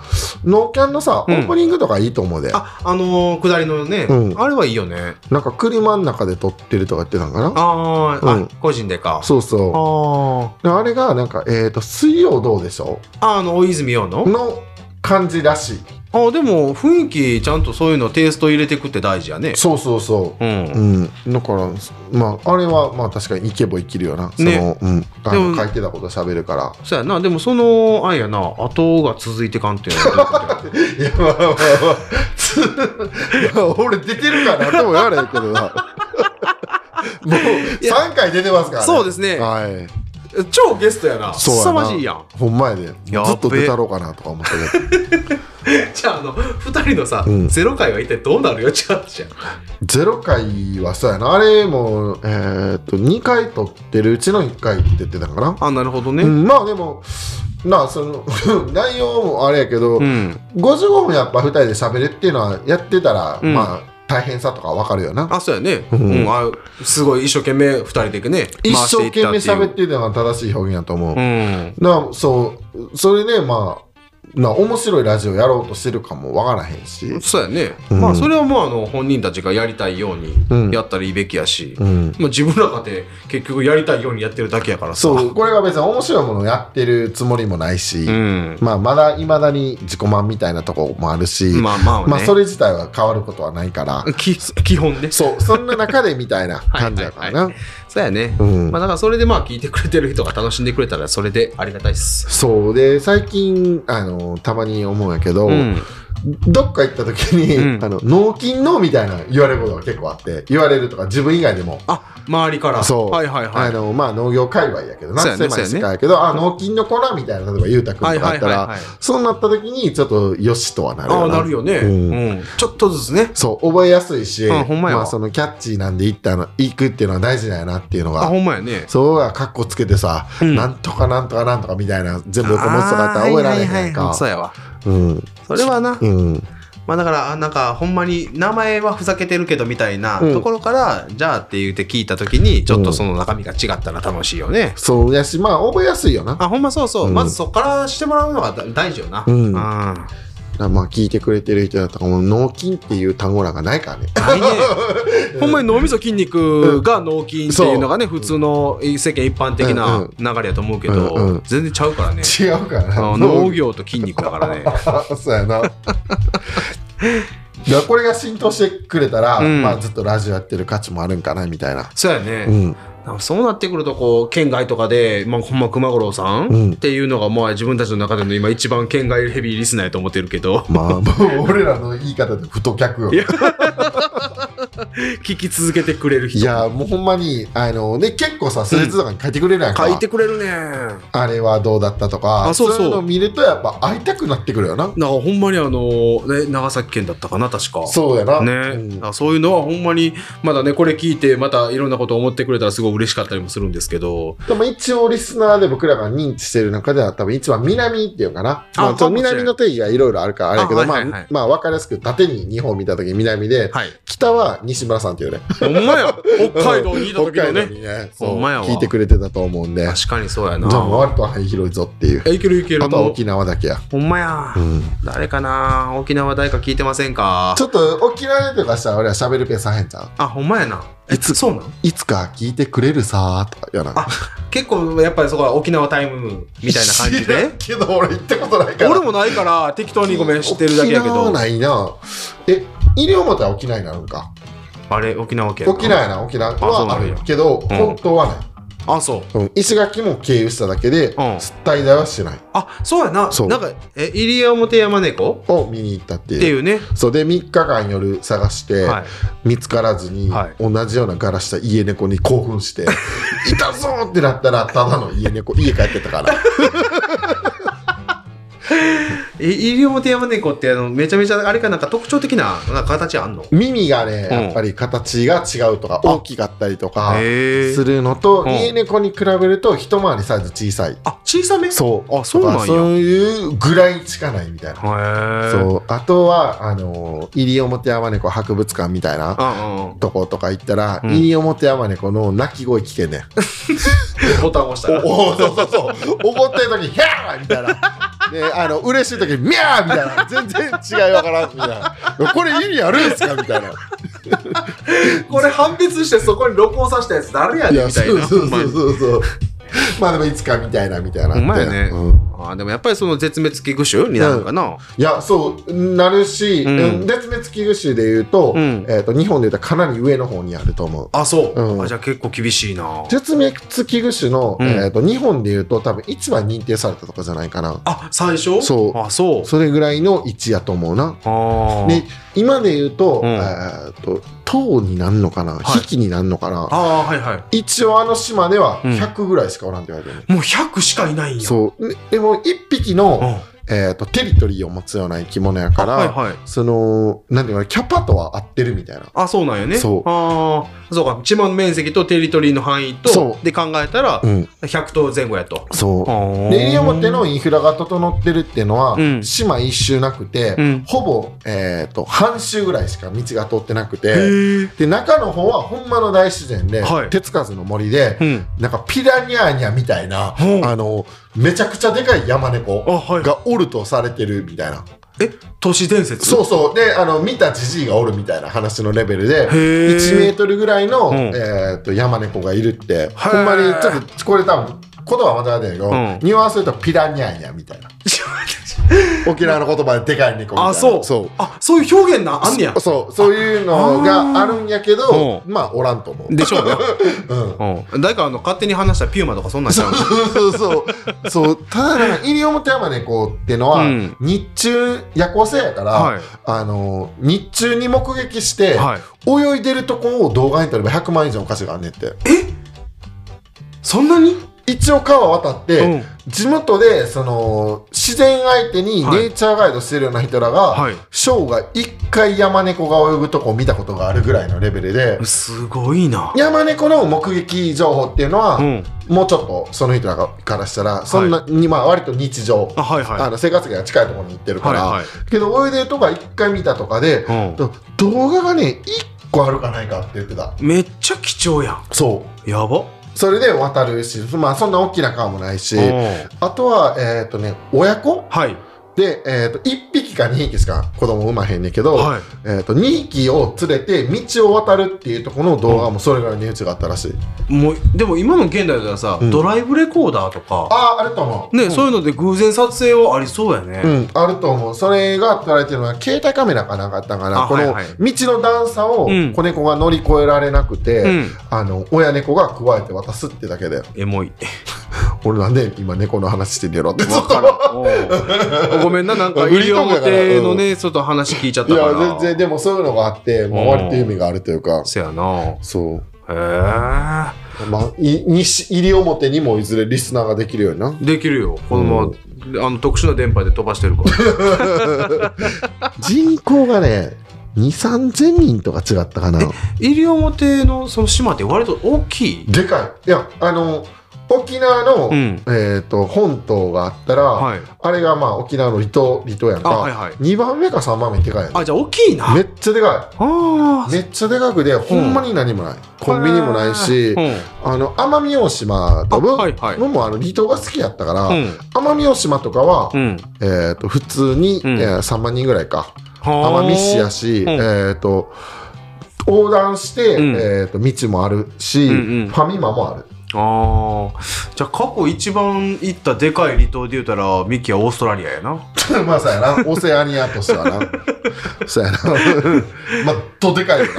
Speaker 1: ノーキャンのさ、
Speaker 2: うん
Speaker 1: オープニングとかいいと思うで
Speaker 2: ああのー、下りのね、
Speaker 1: うん
Speaker 2: あれはいいよね
Speaker 1: なんか車の中で撮ってるとか言ってたんかな
Speaker 2: あー、
Speaker 1: うん
Speaker 2: あ個人でか
Speaker 1: そうそ
Speaker 2: ああ
Speaker 1: うであれがなんか、えーと「水曜どうでしょ
Speaker 2: あの大泉洋
Speaker 1: う?」
Speaker 2: の
Speaker 1: の感じらしい
Speaker 2: あでも雰囲気ちゃんとそういうのテイスト入れてくって大事やね
Speaker 1: そうそうそうう、
Speaker 2: ん、
Speaker 1: うんだからまああれはまあ確かにいけばいけるよな、その、うん、あ
Speaker 2: でも
Speaker 1: の書いてたこと喋るから
Speaker 2: そうやなでもそのあれやな後が続いてかんっていうのはどういうことや
Speaker 1: いやまあまあまあついや俺出てるから何とも言われへんけどなもう3回出てます [LAUGHS] から、
Speaker 2: そうですね
Speaker 1: はい
Speaker 2: 超ゲストやな
Speaker 1: そうや
Speaker 2: 凄
Speaker 1: な
Speaker 2: まじいやん
Speaker 1: ほんまやでず
Speaker 2: やっべ
Speaker 1: っと出たろうかなとか思ったけど
Speaker 2: じゃああの2人のさ、
Speaker 1: うん
Speaker 2: ゼロ回は一体どうなるよちゃうじゃん
Speaker 1: ゼロ回はそうやなあれもえーっと2回撮ってるうちの1回って言ってたのかな、
Speaker 2: あなるほどね
Speaker 1: うん、まあでもなあその [LAUGHS] 内容もあれやけど、
Speaker 2: うん
Speaker 1: 55分やっぱ2人で喋るっていうのはやってたら、
Speaker 2: うん
Speaker 1: まあ大変さとかわかるよな
Speaker 2: あそうやね、う
Speaker 1: うんん
Speaker 2: あすごい一生懸命2人でね
Speaker 1: 一生懸命
Speaker 2: 回してい
Speaker 1: 喋
Speaker 2: っ
Speaker 1: ってるのが正しい表現やと思う、
Speaker 2: たっていう
Speaker 1: なあそうそれでまあなあ面白いラジオやろうとしてるかもわからへんし
Speaker 2: うん、そうやね、
Speaker 1: うん
Speaker 2: まあそれはもうあの本人たちがやりたいよう
Speaker 1: うん
Speaker 2: にやったらいいべきやし、
Speaker 1: うん
Speaker 2: まあ、自分らがで結局やりたいようにやってるだけやからさ
Speaker 1: そうこれが別に面白いものをやってるつもりもないし、
Speaker 2: うん、
Speaker 1: まあまだいまだに自己満みたいなとこもあるし、ま
Speaker 2: まあまあ
Speaker 1: あ
Speaker 2: ね、
Speaker 1: それ自体は変わることはないから
Speaker 2: き基本ね
Speaker 1: そうそんな中でみたい
Speaker 2: [LAUGHS]
Speaker 1: な感じやからな
Speaker 2: そうやね、
Speaker 1: うん
Speaker 2: まあだからそれでまあ聞いてくれてる人が楽しんでくれたらそれでありがたいっす
Speaker 1: そうで最近あのたまに思うんやけど、
Speaker 2: うん
Speaker 1: どっか行った時に、
Speaker 2: うん
Speaker 1: あの脳筋脳みたいな言われることが結構あって言われるとか自分以外でも
Speaker 2: あ周りから
Speaker 1: そう、
Speaker 2: はいはいはい
Speaker 1: あのまあ農業界隈やけどな、
Speaker 2: そうやね
Speaker 1: 狭い
Speaker 2: そ
Speaker 1: 世
Speaker 2: うやね
Speaker 1: 界やけど、あ脳筋の子なみたいな例えば裕太君とかあったら、
Speaker 2: はいはいはいはい
Speaker 1: そうなった時にちょっとよしとはなる
Speaker 2: あ
Speaker 1: よ
Speaker 2: あ
Speaker 1: な
Speaker 2: なるよね、う
Speaker 1: うんん
Speaker 2: ちょっとずつね
Speaker 1: そう覚えやすいし、
Speaker 2: うんほんまやわ
Speaker 1: あ、そのキャッチーなんで行ったの行くっていうのは大事だよなっていうの
Speaker 2: あ
Speaker 1: が
Speaker 2: ほんまやね
Speaker 1: そうがカッコつけてさ、
Speaker 2: うん
Speaker 1: なんとかなんとかなんとかみたいな全部横持つとかあったら覚えられへんやん
Speaker 2: あーはいはいはい
Speaker 1: か
Speaker 2: そうやわ
Speaker 1: うん
Speaker 2: それはな、
Speaker 1: うん
Speaker 2: まあだからあなんかほんまに名前はふざけてるけどみたいな
Speaker 1: うん
Speaker 2: ところから、じゃあって言って聞いた時にちょっとその中身が違ったら楽しいよね、
Speaker 1: そうやしまあ覚えやすいよな
Speaker 2: あほんまそうそう、
Speaker 1: うん
Speaker 2: まずそっからしてもらうのがだ大事よな、
Speaker 1: うん [LAUGHS]
Speaker 2: あー
Speaker 1: まあ聞いてくれてる人だとかも脳筋っていう単語なんかないからね
Speaker 2: ないねほんまに脳みそ筋肉が脳筋っていうのがね、普通の世間一般的な流れやと思うけど、
Speaker 1: うんうん
Speaker 2: 全然ちゃうか
Speaker 1: [LAUGHS]
Speaker 2: らね、
Speaker 1: 違うから
Speaker 2: あの
Speaker 1: な
Speaker 2: 農業と筋肉だから
Speaker 1: [LAUGHS]
Speaker 2: ね
Speaker 1: あそうやなだからこれが浸透してくれたら、
Speaker 2: うん
Speaker 1: まあずっとラジオやってる価値もあるんかなみたいな
Speaker 2: そうやね、
Speaker 1: うん
Speaker 2: なんかそうなってくるとこう県外とかで、まあ、ほんま熊五郎さん、
Speaker 1: うん
Speaker 2: っていうのがまあ自分たちの中での今一番県外ヘビーリスナーやと思ってるけど [LAUGHS]
Speaker 1: まあもう俺らの言い方で太客よ
Speaker 2: いや聞き続けてくれる人
Speaker 1: いやもうほんまにあのね結構さスレッズとかに書いてくれるやんか、
Speaker 2: 書いてくれるね
Speaker 1: あれはどうだったとか
Speaker 2: あそうそう
Speaker 1: いうの見るとやっぱ会いたくなってくるよな
Speaker 2: なんかほんまにあの、ね、長崎県だったかな確か。
Speaker 1: そうやな、
Speaker 2: ね
Speaker 1: うん
Speaker 2: なんかそういうのはほんまにまだねこれ聞いてまたいろんなことを思ってくれたらすごい嬉しかったりもするんですけど
Speaker 1: でも一応リスナーで僕らが認知してる中では多分一番南っていうかな
Speaker 2: あ
Speaker 1: まあ、ちょっと
Speaker 2: かもしれん
Speaker 1: 南の定義がいろいろあるからあれやけ
Speaker 2: あ
Speaker 1: ど
Speaker 2: は
Speaker 1: ま
Speaker 2: いはいはい
Speaker 1: あまあ分かりやすく縦に日本を見た時南で
Speaker 2: はい
Speaker 1: 北は西村さんっていうね
Speaker 2: ほんまや北海道にいた時
Speaker 1: 北
Speaker 2: の
Speaker 1: 海道
Speaker 2: ね
Speaker 1: にねそう
Speaker 2: ほんまやわ
Speaker 1: 聞いてくれてたと思うんで
Speaker 2: 確かにそうやな
Speaker 1: じゃあ割と範囲広いぞっていう
Speaker 2: えいけるいける
Speaker 1: あとは
Speaker 2: もう
Speaker 1: 沖縄だけや、
Speaker 2: ほんまや、
Speaker 1: うん、
Speaker 2: 誰かな沖縄誰か聞いてませんか
Speaker 1: ちょっと沖縄でとかしたら俺は喋るペース変ちゃう
Speaker 2: あほんまやなえ
Speaker 1: いつ
Speaker 2: そうなん
Speaker 1: いつか聞いてくれるさーとか言わな
Speaker 2: あ結構やっぱりそこは沖縄タイムみたいな感じ
Speaker 1: 知らん
Speaker 2: で
Speaker 1: けど俺行ったことないから
Speaker 2: 俺もないから適当にごめん知ってるだけやけ
Speaker 1: 沖縄
Speaker 2: ど
Speaker 1: ないなえ医療元は沖縄になるんか
Speaker 2: あれ沖縄県
Speaker 1: 沖縄やな沖縄
Speaker 2: そうな
Speaker 1: はあ
Speaker 2: んや
Speaker 1: るけど本当はない、
Speaker 2: あそう
Speaker 1: うん石垣も経由しただけで
Speaker 2: ん
Speaker 1: 滞在はしてない
Speaker 2: あそうやな
Speaker 1: そう
Speaker 2: なんかえ西表山猫
Speaker 1: を見に行ったって
Speaker 2: って
Speaker 1: いう
Speaker 2: いうね
Speaker 1: そうで3日間夜探して、
Speaker 2: はい
Speaker 1: 見つからずに、
Speaker 2: はい
Speaker 1: 同じような柄した家猫に興奮して「いたぞ!」ってなったらただの家猫家帰ってたから
Speaker 2: え西表山猫ってあのめちゃめちゃあれかなんか特徴的ななんか形あんの
Speaker 1: 耳がね、
Speaker 2: うん
Speaker 1: やっぱり形が違うとか大きかったりとか
Speaker 2: へえ
Speaker 1: するのと、
Speaker 2: うん
Speaker 1: 家猫に比べると一回りサイズ小さい
Speaker 2: あ小さめ
Speaker 1: そう
Speaker 2: あそうなんや
Speaker 1: とかそういうぐらいしかないみたいな、
Speaker 2: へう
Speaker 1: そうあとはあの西表山猫博物館みたいな
Speaker 2: あ
Speaker 1: とことか行ったら、
Speaker 2: うん
Speaker 1: 西表山猫の鳴き声聞けんね
Speaker 2: [LAUGHS]
Speaker 1: ん
Speaker 2: うんボタン押したら
Speaker 1: おおそうそうそう怒ってる時に「ヒャー!」みたいな。であの嬉しい時に「ミャー!」みたいな全然違いわからんみたいなこれ意味あるんすかみたいな
Speaker 2: これ判別してそこに録音させたやつ誰や
Speaker 1: い
Speaker 2: ねん
Speaker 1: や
Speaker 2: み
Speaker 1: そ
Speaker 2: たいな
Speaker 1: うそう
Speaker 2: ほんま
Speaker 1: そう
Speaker 2: に
Speaker 1: そうそうまあでもいつかみたいなみたいな
Speaker 2: ほんまやね
Speaker 1: うん
Speaker 2: あでもやっぱりその絶滅危惧種になるのかな、
Speaker 1: いやそうなるし、
Speaker 2: うん
Speaker 1: うん絶滅危惧種でいうと,、
Speaker 2: うん
Speaker 1: えー、と日本でいうとかなり上の方にあると思う
Speaker 2: あそう、
Speaker 1: うん
Speaker 2: あじゃあ結構厳しいな
Speaker 1: 絶滅危惧種の、
Speaker 2: うん
Speaker 1: えー、と日本でいうと多分1番認定されたとかじゃないかな
Speaker 2: あ最初
Speaker 1: そう
Speaker 2: あそう
Speaker 1: それぐらいの位置やと思うな
Speaker 2: あー
Speaker 1: で今で言うと,、
Speaker 2: うん
Speaker 1: えー、と唐になんのかな、
Speaker 2: はい
Speaker 1: 比企になんのかな
Speaker 2: あーはいは
Speaker 1: 一応あの島では
Speaker 2: うん
Speaker 1: 100ぐらいしかおらんって言われてる、
Speaker 2: いもう100しかいないんや
Speaker 1: そうででも1匹
Speaker 2: うん、
Speaker 1: の、
Speaker 2: あ
Speaker 1: えー、とテリトリーを持つような生き物やから、
Speaker 2: はいはい
Speaker 1: そのなんていうかなキャパとは合ってるみたいな
Speaker 2: あそうなんやね
Speaker 1: そう
Speaker 2: あーそうか島の面積とテリトリーの範囲と
Speaker 1: そ
Speaker 2: で考えたら
Speaker 1: うん
Speaker 2: 100頭前後やと
Speaker 1: そう
Speaker 2: あ
Speaker 1: で西表
Speaker 2: の
Speaker 1: のインフラが整ってるっていうのは、
Speaker 2: うん
Speaker 1: 島一周なくて、
Speaker 2: うん
Speaker 1: ほぼ、えー、と半周ぐらいしか道が通ってなくて
Speaker 2: へえ
Speaker 1: で中の方はほんまの大自然で、
Speaker 2: はい
Speaker 1: 手つかずの森で
Speaker 2: う、ん
Speaker 1: なんかピラニャーニャみたいな、
Speaker 2: うん
Speaker 1: あのめちゃくちゃでかい山猫
Speaker 2: あはい
Speaker 1: がおるとされてるみたいな、
Speaker 2: え都市伝説
Speaker 1: そうそうであの見たじじいがおるみたいな話のレベルで
Speaker 2: へー
Speaker 1: 1メートルぐらいの、
Speaker 2: うん
Speaker 1: えー、と山猫がいるってほんまにちょっとこれ多分言葉は間違ってないけど、
Speaker 2: うん
Speaker 1: ニュアンスで言うとピラニャーニャみたい
Speaker 2: [LAUGHS]
Speaker 1: な沖縄の言葉ででかい猫みたいな
Speaker 2: [LAUGHS] あそう
Speaker 1: そう
Speaker 2: あそういう表現なあんねや
Speaker 1: そうそういうのがあるんやけど
Speaker 2: う
Speaker 1: まあおらんと思う、
Speaker 2: でしょう [LAUGHS] ね
Speaker 1: うん、
Speaker 2: うん、誰かあの勝手に話したピューマとかそんなんちゃうの
Speaker 1: そうそうそうただなんか西表山猫ってのは、
Speaker 2: うん
Speaker 1: 日中夜行性やから、
Speaker 2: はい
Speaker 1: あの日中に目撃して、
Speaker 2: はい
Speaker 1: 泳いでるとこを動画に撮れば100万以上の価値があんねんって
Speaker 2: そんなに、
Speaker 1: 一応川渡って、
Speaker 2: うん、
Speaker 1: 地元でその自然相手に
Speaker 2: はい
Speaker 1: ネイチャーガイドしてるような人らが、
Speaker 2: はい
Speaker 1: ショーが1回山猫が泳ぐとこを見たことがあるぐらいのレベルで。
Speaker 2: すごいな
Speaker 1: 山猫の目撃情報っていうのは、
Speaker 2: うん
Speaker 1: もうちょっとその人らからしたらそんなに、まあ割と日常
Speaker 2: あはいはい
Speaker 1: あの生活圏が近いところに行ってるから、
Speaker 2: はいはい
Speaker 1: けど泳いでるとか一回見たとかで、
Speaker 2: う
Speaker 1: 動画がね一個あるかないかって言ってた
Speaker 2: ん、めっちゃ貴重やん
Speaker 1: そう
Speaker 2: やば
Speaker 1: それで渡るし、まあ、そんな大きな川もないし、
Speaker 2: うん
Speaker 1: あとはえっ、とね親子
Speaker 2: はい
Speaker 1: で、えー、と1匹か2匹しか子供産まへんねんけど、
Speaker 2: はい
Speaker 1: えー、と2匹を連れて道を渡るっていうところの動画もそれぐらいの値打ちがあったらしい、
Speaker 2: もうでも今の現代ではさ、
Speaker 1: うん
Speaker 2: ドライブレコーダーとか
Speaker 1: あああると思う
Speaker 2: ね、
Speaker 1: うん
Speaker 2: そういうので偶然撮影はありそうやね、
Speaker 1: うん、あると思うそれが取られてるのは携帯カメラかなんかあったんかな
Speaker 2: あ
Speaker 1: この
Speaker 2: はいはい
Speaker 1: 道の段差を
Speaker 2: うん
Speaker 1: 子猫が乗り越えられなくて、
Speaker 2: うん
Speaker 1: あの親猫が加えて渡すってだけで
Speaker 2: エ [LAUGHS] モい
Speaker 1: 俺なんで今猫の話してんねやろって
Speaker 2: わからんおうごめんななん [LAUGHS] か
Speaker 1: 売り
Speaker 2: 西
Speaker 1: とんかやから
Speaker 2: 表のねちょっと話聞いちゃっ
Speaker 1: い
Speaker 2: たから
Speaker 1: や全然でもそういうのがあって、まあ、割と意味があるというか、
Speaker 2: せやな
Speaker 1: そう
Speaker 2: へ
Speaker 1: まあい西入り表にもいずれリスナーができるようにな
Speaker 2: えできるよこのまま、あの特殊な電波で飛ばしてるから [LAUGHS]
Speaker 1: 人口がね2 3 0人とか違ったかな
Speaker 2: 西表のその島って割と大きい
Speaker 1: でかいいやあの沖縄の、
Speaker 2: うん
Speaker 1: えー、と本島があったら、
Speaker 2: はい
Speaker 1: あれがまあ沖縄の離島離島やん
Speaker 2: あ
Speaker 1: か、
Speaker 2: はいはい
Speaker 1: 2番目か3番目にでかいよね
Speaker 2: あじゃあ大きいな
Speaker 1: めっちゃでか
Speaker 2: あ
Speaker 1: いめっちゃでかくでほんまに何もない、コンビニもないし、
Speaker 2: うん、
Speaker 1: あの奄美大島
Speaker 2: あ
Speaker 1: と僕、
Speaker 2: はいはい
Speaker 1: 僕もあの離島が好きやったから、
Speaker 2: うん
Speaker 1: 奄美大島とかは、
Speaker 2: うん
Speaker 1: えー、と普通に、
Speaker 2: うん
Speaker 1: えー3万人ぐらいか
Speaker 2: は
Speaker 1: 奄
Speaker 2: あ
Speaker 1: 美市やし、
Speaker 2: うん
Speaker 1: えー、と横断して、
Speaker 2: うん
Speaker 1: えー、と道もあるし、
Speaker 2: うんうん
Speaker 1: ファミマもある [LAUGHS]
Speaker 2: ああじゃあ過去一番行ったでかい離島で言うたらミキはオーストラリアやな
Speaker 1: まあそうやなオセアニアとしてはなそうやな [LAUGHS] まあどでかいよな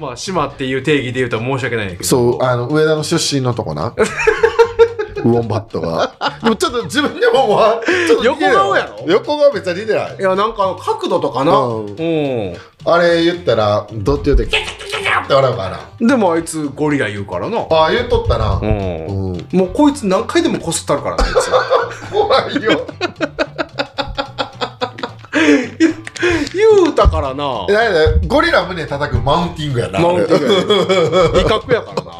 Speaker 2: [LAUGHS] まあ島っていう定義で言うたら申し訳ないんやけど
Speaker 1: そうあの上田の出身のとこ
Speaker 2: [LAUGHS]
Speaker 1: なウォンバットがでもちょっと自分でもまあちょっと似てる
Speaker 2: 横顔やろ
Speaker 1: 横顔めっちゃ似てない
Speaker 2: いやなんか角度とかな
Speaker 1: うん
Speaker 2: う
Speaker 1: あれ言ったらどって言うてキャキャキャキャキャって笑うからな
Speaker 2: でもあいつゴリラ言うからな
Speaker 1: ああ言うとったな
Speaker 2: う、ん
Speaker 1: うん
Speaker 2: もうこいつ何回でもこすったるからねあいつ
Speaker 1: 怖いよ
Speaker 2: [LAUGHS] 言うたからな
Speaker 1: [LAUGHS] えなんかゴリラ胸叩くマウンティングやな
Speaker 2: マウンティング
Speaker 1: あれ
Speaker 2: 威嚇やからな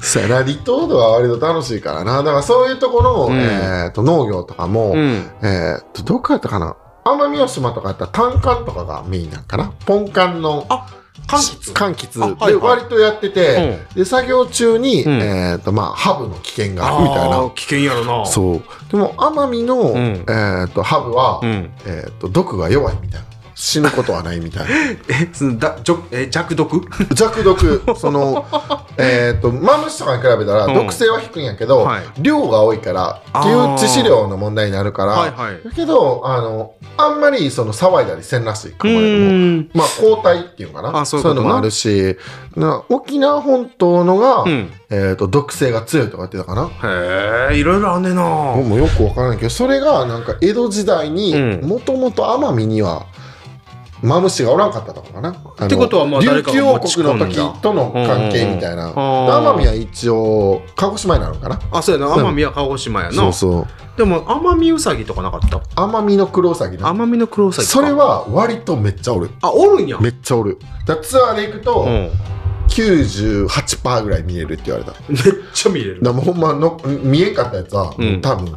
Speaker 1: そうやな離島とは割と楽しいからなだからそういうとこの、
Speaker 2: うん
Speaker 1: えーと農業とかも、
Speaker 2: うん
Speaker 1: えー、とどっかやったかな奄美大島とかやったら単管とかがメインなんかなポンカンの
Speaker 2: あ柑橘
Speaker 1: 柑橘
Speaker 2: あはい
Speaker 1: で
Speaker 2: はい
Speaker 1: 割とやってて、で作業中に、
Speaker 2: うん
Speaker 1: えーとまあ、ハブの危険があるみたい
Speaker 2: あ
Speaker 1: な
Speaker 2: ー危険やろな
Speaker 1: そうでも奄美の、
Speaker 2: う
Speaker 1: え
Speaker 2: ん
Speaker 1: ー、とハブは、
Speaker 2: うん
Speaker 1: えー、と毒が弱いみたいな死ぬことはないみたいな
Speaker 2: えそのだじょえ弱毒
Speaker 1: 弱毒その [LAUGHS] えっとマムシとかに比べたら
Speaker 2: うん
Speaker 1: 毒性は低いんやけど、
Speaker 2: はい
Speaker 1: 量が多いからっていう
Speaker 2: あー
Speaker 1: 致死量の問題になるから、
Speaker 2: はい
Speaker 1: だけどあのあんまりその騒いだりせんらしい
Speaker 2: う
Speaker 1: 熊よりも
Speaker 2: ん
Speaker 1: まあ抗体っていうのかな
Speaker 2: あそういう
Speaker 1: そ
Speaker 2: こ
Speaker 1: ういう
Speaker 2: とな
Speaker 1: のもあるしな沖縄本島のが、
Speaker 2: うん
Speaker 1: えー、と毒性が強いとか言ってたかな
Speaker 2: へえいろいろあんねんな
Speaker 1: 僕もよくわからないけどそれがなんか江戸時代に
Speaker 2: うん
Speaker 1: もともと奄美にはマムシがおらんかったとかかなっ
Speaker 2: ってことはまあ
Speaker 1: 琉
Speaker 2: 誰か
Speaker 1: 球
Speaker 2: が
Speaker 1: 王
Speaker 2: 持ち込ん
Speaker 1: 国
Speaker 2: だ
Speaker 1: の時との関係みたいな
Speaker 2: うんうんうんあー
Speaker 1: 奄美は一応鹿児島になるのかな
Speaker 2: あそうやな奄美は鹿児島やな
Speaker 1: そうそう
Speaker 2: でも奄美ウサギとかなかった
Speaker 1: 奄美のクロウサギな
Speaker 2: 奄美のクロウサギか
Speaker 1: それは割とめっちゃおる
Speaker 2: あおるんや
Speaker 1: めっちゃおるだからツアーで行く
Speaker 2: う
Speaker 1: と
Speaker 2: ん
Speaker 1: 98%ぐらい見えるって言われた
Speaker 2: めっちゃ見れる
Speaker 1: だからもうほんまの見えんかったやつは、
Speaker 2: うん
Speaker 1: 多分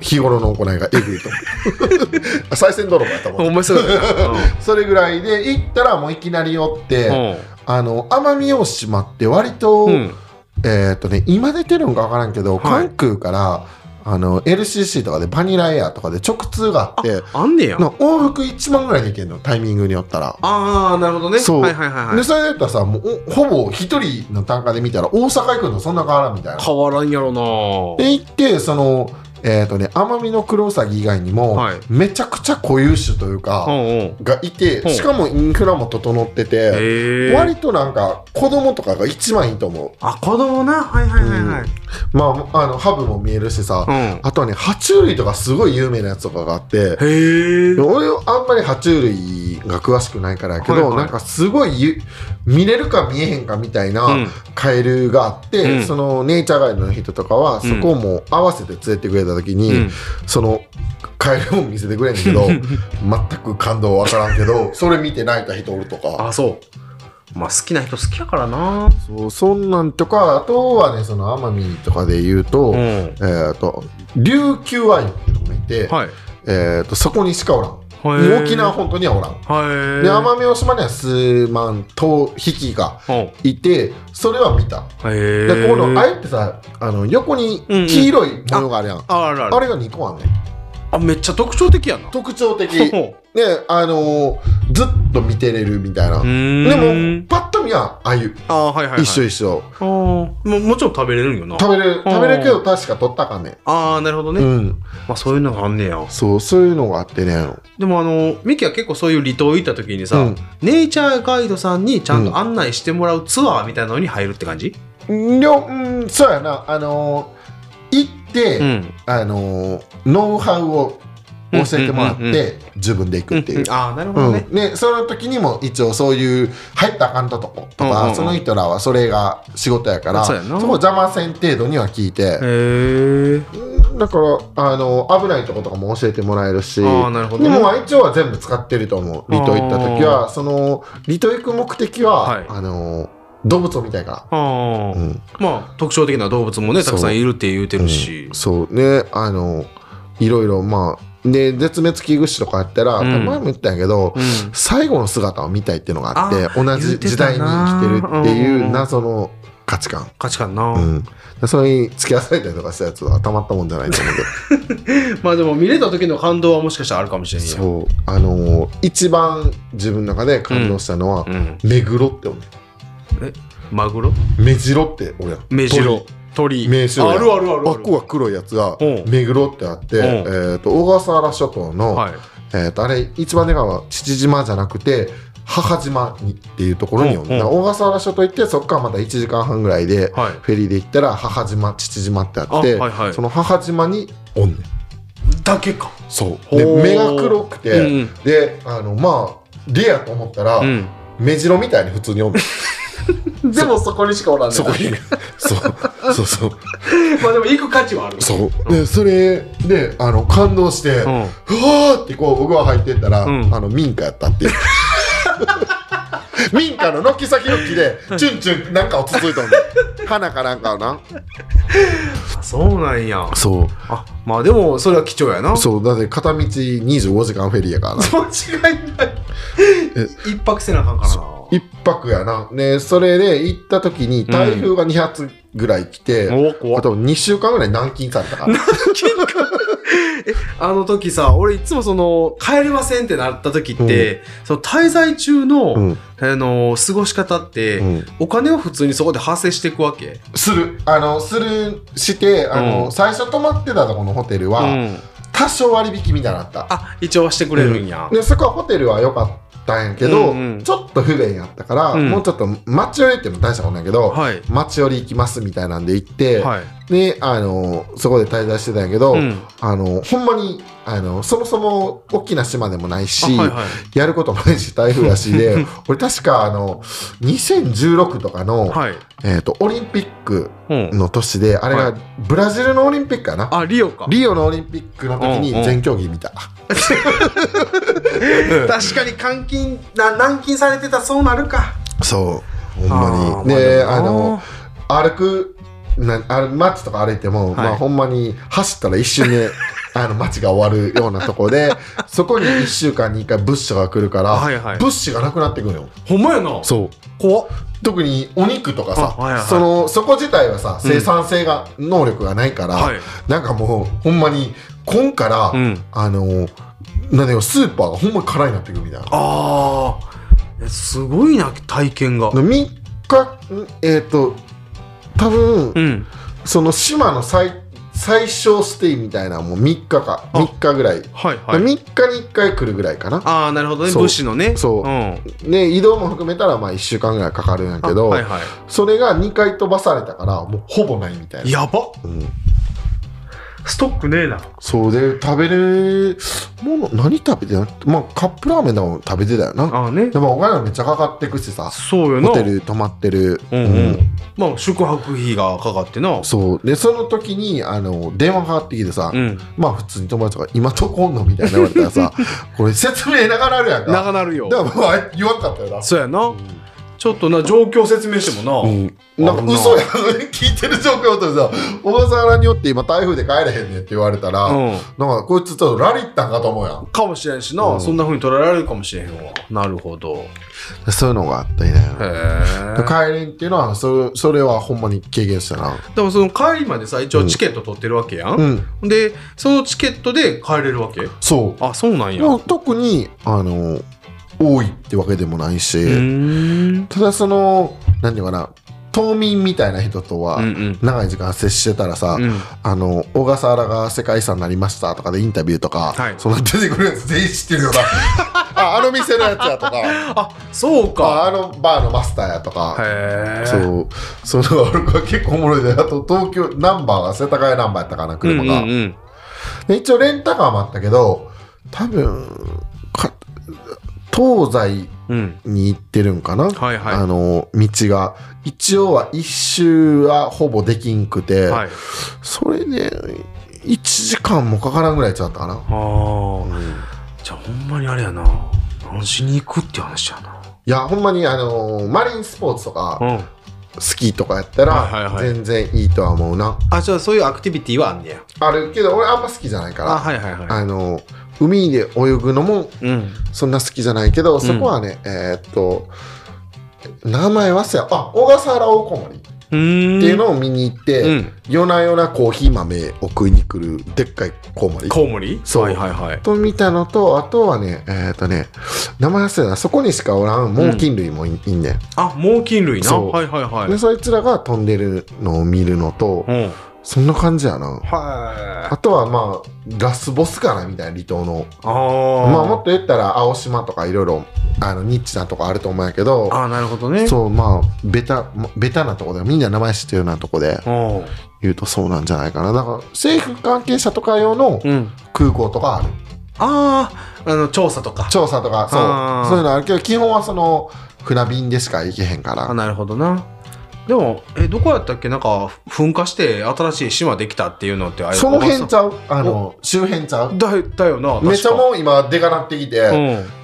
Speaker 1: 日頃の行いがえぐいと思う [LAUGHS] さい銭泥棒やと思
Speaker 2: お
Speaker 1: う
Speaker 2: 前そうやな
Speaker 1: それぐらいで行ったらもういきなりおって、
Speaker 2: うん
Speaker 1: あの奄美大島って割と、
Speaker 2: うんうん
Speaker 1: えーっ、とね今出てるんか分からんけど、
Speaker 2: はい
Speaker 1: 関空からあの LCC とかでバニラエアとかで直通があって
Speaker 2: あんねや
Speaker 1: な往復1万ぐらいで行けるのタイミングによったら。
Speaker 2: ああなるほどね
Speaker 1: そう
Speaker 2: はいはいはいは
Speaker 1: で
Speaker 2: い
Speaker 1: それだったらさもうおほぼ一人の単価で見たら大阪行くのそんな変わらんみたいな
Speaker 2: 変わらんやろな
Speaker 1: で行ってそのえっ、とね奄美のクロウサギ以外にも、
Speaker 2: はい
Speaker 1: めちゃくちゃ固有種という
Speaker 2: う
Speaker 1: か、
Speaker 2: んうん
Speaker 1: がいて
Speaker 2: うん
Speaker 1: しかもインフラも整ってて、
Speaker 2: へえ
Speaker 1: 割となんか子供とかが一番いいと思
Speaker 2: あ子供なはいはいはいはい
Speaker 1: うんまああのハブも見えるしさ、
Speaker 2: うん
Speaker 1: あとはね爬虫類とかすごい有名なやつとかがあって
Speaker 2: へえ
Speaker 1: 俺あんまり爬虫類が詳しくないからやけど、
Speaker 2: はいはい
Speaker 1: なんかすごいゆ見れるか見えへんかみたいな、
Speaker 2: うん
Speaker 1: カエルがあって、
Speaker 2: うん
Speaker 1: そのネイチャーガイドの人とかは
Speaker 2: う
Speaker 1: そ
Speaker 2: ん
Speaker 1: こをもう合わせて連れてくれた時に、
Speaker 2: うん
Speaker 1: そのカエルを見せてくれんけ
Speaker 2: [LAUGHS]
Speaker 1: ど全く感動わからんけどそれ見て泣いた人おるとか
Speaker 2: あそうまあ好きな人好きやからな
Speaker 1: そうそんなんとかあとはねその奄美とかで言うと,、
Speaker 2: う
Speaker 1: え
Speaker 2: ん
Speaker 1: ー、と琉球ワインっていうのがいて、
Speaker 2: はい
Speaker 1: えー、とそこにしかおらん
Speaker 2: へー
Speaker 1: 沖縄本島にはおらん。
Speaker 2: はい
Speaker 1: で奄美大島には数万頭匹が
Speaker 2: うん
Speaker 1: いてそれは見た。
Speaker 2: へ
Speaker 1: で
Speaker 2: え
Speaker 1: このあえてさあの横に
Speaker 2: うんうん
Speaker 1: 黄色い模様があるやん、
Speaker 2: あらら
Speaker 1: あれが2個あんねん
Speaker 2: あめっちゃ特徴的やな
Speaker 1: 特徴的
Speaker 2: ほ
Speaker 1: で
Speaker 2: ほ
Speaker 1: あのーずっと見てれるみたいな、
Speaker 2: うーん
Speaker 1: でもパッと見はああいう、
Speaker 2: あーはいはいはい
Speaker 1: 一緒一緒
Speaker 2: あーももちろん食べれるんよな
Speaker 1: 食べれる
Speaker 2: うん
Speaker 1: 食べれるけど確か取ったかね
Speaker 2: ああなるほどね、
Speaker 1: うん
Speaker 2: まあそういうのがあんねや
Speaker 1: そうそういうのがあってね
Speaker 2: でもあのミキは結構そういう離島行った時にさ、
Speaker 1: うん
Speaker 2: ネイチャーガイドさんにちゃんと案内してもらうツアーみたいなのに入るって感じ
Speaker 1: りょうんそうやなあのー行って、
Speaker 2: ん、
Speaker 1: あのーノウハウを教えてもらっ
Speaker 2: うんうんうん
Speaker 1: て自分で行くっていう、
Speaker 2: ああなるほどね、
Speaker 1: うん、ねその時にも一応そういう入ったらあかんとことか、
Speaker 2: うんうんうん
Speaker 1: その人らはそれが仕事やから
Speaker 2: そうやな
Speaker 1: こ邪魔せん程度には聞いて
Speaker 2: へえ
Speaker 1: だからあの危ないとことかも教えてもらえるし
Speaker 2: ああなるほど
Speaker 1: で
Speaker 2: ね
Speaker 1: もまあ一応は全部使ってると思う離島行った時
Speaker 2: あ
Speaker 1: はその離島行く目的は、
Speaker 2: はい
Speaker 1: あの動物を見たいか
Speaker 2: ああ、
Speaker 1: ら、うん
Speaker 2: まあ特徴的な動物もねたくさんいるって言うてるし
Speaker 1: うん、そうねあのいろいろまあで絶滅危惧種とかやったら、
Speaker 2: うん
Speaker 1: 前も言ったんやけど、
Speaker 2: うん
Speaker 1: 最後の姿を見たいっていうのがあって同
Speaker 2: 言
Speaker 1: じ
Speaker 2: って
Speaker 1: 時
Speaker 2: た
Speaker 1: 代
Speaker 2: な
Speaker 1: に生きてるってい
Speaker 2: うんうんう
Speaker 1: うん謎の価値観、
Speaker 2: 価値観な、
Speaker 1: うん、それに付き合わされたりとかしたやつはたまったもんじゃないと思うけど
Speaker 2: まあでも見れた時の感動はもしかしたらあるかもしれんや
Speaker 1: そうあのー一番自分の中で感動したのは、
Speaker 2: ん、
Speaker 1: 目黒って俺
Speaker 2: マグロ
Speaker 1: 目白って俺やん
Speaker 2: 目白鳥
Speaker 1: 目白や
Speaker 2: あるあるある
Speaker 1: あっこは黒いやつが
Speaker 2: うん
Speaker 1: 目黒ってあって、
Speaker 2: うん
Speaker 1: えー、と小笠原諸島の、
Speaker 2: はい
Speaker 1: えー、とあれ一番でかいのは父島じゃなくて母島にっていうところにおんねん
Speaker 2: う
Speaker 1: だ
Speaker 2: ん
Speaker 1: から小笠原諸島行ってそっからまた1時間半ぐらいで
Speaker 2: はい
Speaker 1: フェリーで行ったら母島父島ってあって
Speaker 2: あはいはい
Speaker 1: その母島におんねん
Speaker 2: だけか
Speaker 1: そう
Speaker 2: ほう
Speaker 1: で目が黒くて、
Speaker 2: うん
Speaker 1: であのまあレアと思ったら、
Speaker 2: うん
Speaker 1: 目白みたいに普通におんねん
Speaker 2: でも [LAUGHS] そこにしかおらんねん
Speaker 1: そこに [LAUGHS]
Speaker 3: [LAUGHS]
Speaker 1: そうそうそう
Speaker 2: まあでも行く価値はある
Speaker 1: そうでそれであの感動して、う
Speaker 2: う
Speaker 1: わ
Speaker 2: ん
Speaker 1: ーってこう僕は入ってったら、
Speaker 2: うん
Speaker 1: あの民家やったっていう [LAUGHS] 民家の軒先の木でチュンチュンなんかをつついとん
Speaker 2: [LAUGHS]
Speaker 1: ねん花かなんかをな
Speaker 2: そうなんや
Speaker 1: そう
Speaker 2: あまあでもそれは貴重やな
Speaker 1: そうだって片道25時間フェリーやからな
Speaker 2: 間違いない
Speaker 1: え
Speaker 2: 一泊せなあかんからな
Speaker 1: 一泊やな、ね、それで行った時に台風が2発ぐらい来て、
Speaker 2: おお怖
Speaker 1: あ
Speaker 2: っ
Speaker 1: と2週間ぐらい軟禁されたから。
Speaker 3: あの時さ俺いつもその帰れませんってなった時って、その滞在中の、
Speaker 1: うん
Speaker 3: あの過ごし方って、
Speaker 1: うん
Speaker 3: お金を普通にそこで発生していくわけ
Speaker 1: する。あの、する、して、あの、
Speaker 2: うん
Speaker 1: 最初泊まってたとこのホテル
Speaker 2: う
Speaker 1: は、
Speaker 2: ん
Speaker 1: 多少割引みたいなのあった。
Speaker 3: あ一応はしてくれるんや、
Speaker 1: で、そこはホテルは良かったんやけど、
Speaker 2: うんうん
Speaker 1: ちょっと不便やったから、
Speaker 2: うん
Speaker 1: もうちょっと街寄りっていうのも大したことないけど、
Speaker 2: はい
Speaker 1: 街寄り行きますみたいなんで行って、
Speaker 2: はい
Speaker 1: で、あの、そこで滞在してたんやけど、
Speaker 2: うん
Speaker 1: あの、ほんまに、あの、そもそも大きな島でもないし、
Speaker 2: あはいはい
Speaker 1: やることもないし、台風やしで、 [LAUGHS] 俺確かあの、2016とかの、
Speaker 2: はい
Speaker 1: えっ、と、オリンピック
Speaker 2: うん
Speaker 1: の年で、あれ
Speaker 2: は
Speaker 1: がブラジルのオリンピックかな。
Speaker 2: あリオか
Speaker 1: リオのオリンピックの時に
Speaker 2: うんうん
Speaker 1: 全競技見た。
Speaker 3: 確かに監禁な軟禁されてたらそうなるか
Speaker 1: そう、ほんまに。
Speaker 2: あー
Speaker 1: で、
Speaker 2: まあ
Speaker 1: あ
Speaker 2: でも
Speaker 1: の、歩く、なあれ街とか歩いても、まあほんまに走ったら一瞬で、 [LAUGHS] あの街が終わるようなとこで、 [LAUGHS] そこに1週間に1回物資が来るから、
Speaker 2: はいはい
Speaker 1: 物資がなくなってくるよ。
Speaker 3: ほんまやな
Speaker 1: そう。
Speaker 3: 怖っ
Speaker 1: 特にお肉とかさ、
Speaker 2: あはいはい
Speaker 1: そのそこ自体はさ
Speaker 2: うん
Speaker 1: 生産性が、能力がないから、
Speaker 2: はい
Speaker 1: なんかもうほんまに今から、
Speaker 2: うん
Speaker 1: あのなんだよスーパーがほんまに辛いなってくるみたいな。
Speaker 2: あ
Speaker 3: えすごいな体験が
Speaker 1: 3日んえっ、と多分、
Speaker 2: ーうん
Speaker 1: その島の最最小ステイみたいなのも3日か
Speaker 2: あ
Speaker 1: 3日ぐらい、
Speaker 2: はいは
Speaker 1: 3
Speaker 2: い
Speaker 1: 日に1回来るぐらいかな。
Speaker 2: ああなるほどね
Speaker 1: そう
Speaker 2: 物資のね
Speaker 1: そう
Speaker 2: うん
Speaker 1: ね移動も含めたらまあ1週間ぐらいかかるんやけ
Speaker 2: あ
Speaker 1: ど、
Speaker 2: はいは
Speaker 1: それが2回飛ばされたからもうほぼないみたい
Speaker 2: い
Speaker 1: な。
Speaker 2: やばっ
Speaker 1: うん
Speaker 2: ストックねえな
Speaker 1: そうで食べるもの何食べてなまあカップラーメンでも食べてたよな
Speaker 2: ああね
Speaker 1: でもお金もめっちゃかかってくしさ
Speaker 2: そうよな
Speaker 1: ホテル泊まってる、
Speaker 2: うんうんまあ宿泊費がかかってな
Speaker 1: そうでその時にあの電話がかかってきてさ、
Speaker 2: うん
Speaker 1: まあ普通に友達が「今とこんの?」みたいな言われたら
Speaker 2: [LAUGHS]
Speaker 1: さこれ説明ながらあるやんか
Speaker 2: 長なるよ
Speaker 1: だからまあ言わんかったよな
Speaker 2: そうやな、ちょっとな状況説明してもな、
Speaker 1: うん、なん [LAUGHS] か嘘や聞いてる状況とさ小笠原によって今台風で帰れへんねんって言われたら、
Speaker 2: うん
Speaker 1: なんかこいつちょっとラリったんかと思うやん
Speaker 2: かもしれんしな、
Speaker 1: うん
Speaker 2: そんな風に捉えられるかもしれへんわなるほどへ
Speaker 1: そういうのがあったりね
Speaker 2: え
Speaker 1: 帰れんっていうのはそれそれはほんまに経験したな
Speaker 2: でもその帰りまでさ一応チケット取ってるわけやん、
Speaker 1: うん
Speaker 2: でそのチケットで帰れるわけ
Speaker 1: そ
Speaker 2: あそうなん
Speaker 1: う
Speaker 2: や
Speaker 1: もう特にあの多いってわけでもないし、
Speaker 2: うーん
Speaker 1: ただその何ていうかな島民みたいな人とは
Speaker 2: うんうん
Speaker 1: 長い時間接してたらさ、
Speaker 2: うん
Speaker 1: あの小笠原が世界遺産になりましたとかでインタビューとか、
Speaker 2: はい
Speaker 1: その出てくるやつ全員知って
Speaker 2: [LAUGHS]
Speaker 1: るよなああの店のやつやとか
Speaker 2: あそうか
Speaker 1: ああのバーのマスターやとか、
Speaker 2: へえ
Speaker 1: そうそれは俺は結構おもろいであと東京ナンバーが世田谷ナンバーやったかな車が、
Speaker 2: うんうんうん
Speaker 1: で一応レンタカーもあったけど多分か東西
Speaker 2: うん
Speaker 1: に行ってるんかな、
Speaker 2: はいはい
Speaker 1: あの道が一応は一周はほぼできんくて、
Speaker 2: はい
Speaker 1: それで1時間もかからんぐらいやっちゃったかな、
Speaker 2: ああ
Speaker 1: うんい
Speaker 2: じゃあほんまにあれやな何しに行くって話やな
Speaker 1: やほんまにあのーマリンスポーツとか
Speaker 2: うん
Speaker 1: スキーとかやった
Speaker 2: はいはい
Speaker 1: ら
Speaker 2: はい
Speaker 1: 全然いいとは思うな、
Speaker 2: あじゃあそういうアクティビティはあんねや
Speaker 1: あるけど俺あんま好きじゃないから
Speaker 2: あ
Speaker 1: あ、
Speaker 2: はいはいはい
Speaker 1: のー海で泳ぐのも
Speaker 2: うん
Speaker 1: そんな好きじゃないけど、そこはね、えーっと、名前忘れや、あ、小笠原大小森っ
Speaker 2: うーん
Speaker 1: ていうのを見に行って、
Speaker 2: うん
Speaker 1: 夜な夜なコーヒー豆を食いに来るでっかいコウモリ。
Speaker 2: コウモリ
Speaker 1: そう
Speaker 2: はいはいはい
Speaker 1: と見たのと、あとはね、えーっとね、名前忘れやな、そこにしかおらん猛禽類もい,、ん、いんねん。
Speaker 2: あ猛禽類な
Speaker 1: そう
Speaker 2: はいはいはい
Speaker 1: で、そいつらが飛んでるのを見るのと、
Speaker 2: うん
Speaker 1: そんな感じやな。
Speaker 2: はい
Speaker 1: あとはまあ、ラスボスかなみたいな離島の。
Speaker 2: あー
Speaker 1: まあもっと言ったら青島とかいろいろあのニッチなとこあると思うんやけど
Speaker 2: あーなるほどね
Speaker 1: そうまあベタまベタなとこでみんな名前知ってるようなとこで
Speaker 2: うん
Speaker 1: 言うとそうなんじゃないかなだから政府関係者とか用の
Speaker 2: うん
Speaker 1: 空港とかある
Speaker 2: あーあの調査とか
Speaker 1: 調査とか
Speaker 2: あ
Speaker 1: そ
Speaker 2: ー
Speaker 1: うそういうのあるけど基本はその船便でしか行けへんか
Speaker 2: あ
Speaker 1: ら
Speaker 2: なるほどなでもえどこやったっけなんか噴火して新しい島できたっていうのってあれ
Speaker 1: その辺ちゃうあの周辺ちゃう
Speaker 2: だだよな
Speaker 1: めっちゃ
Speaker 2: う
Speaker 1: もう今でかなってきて、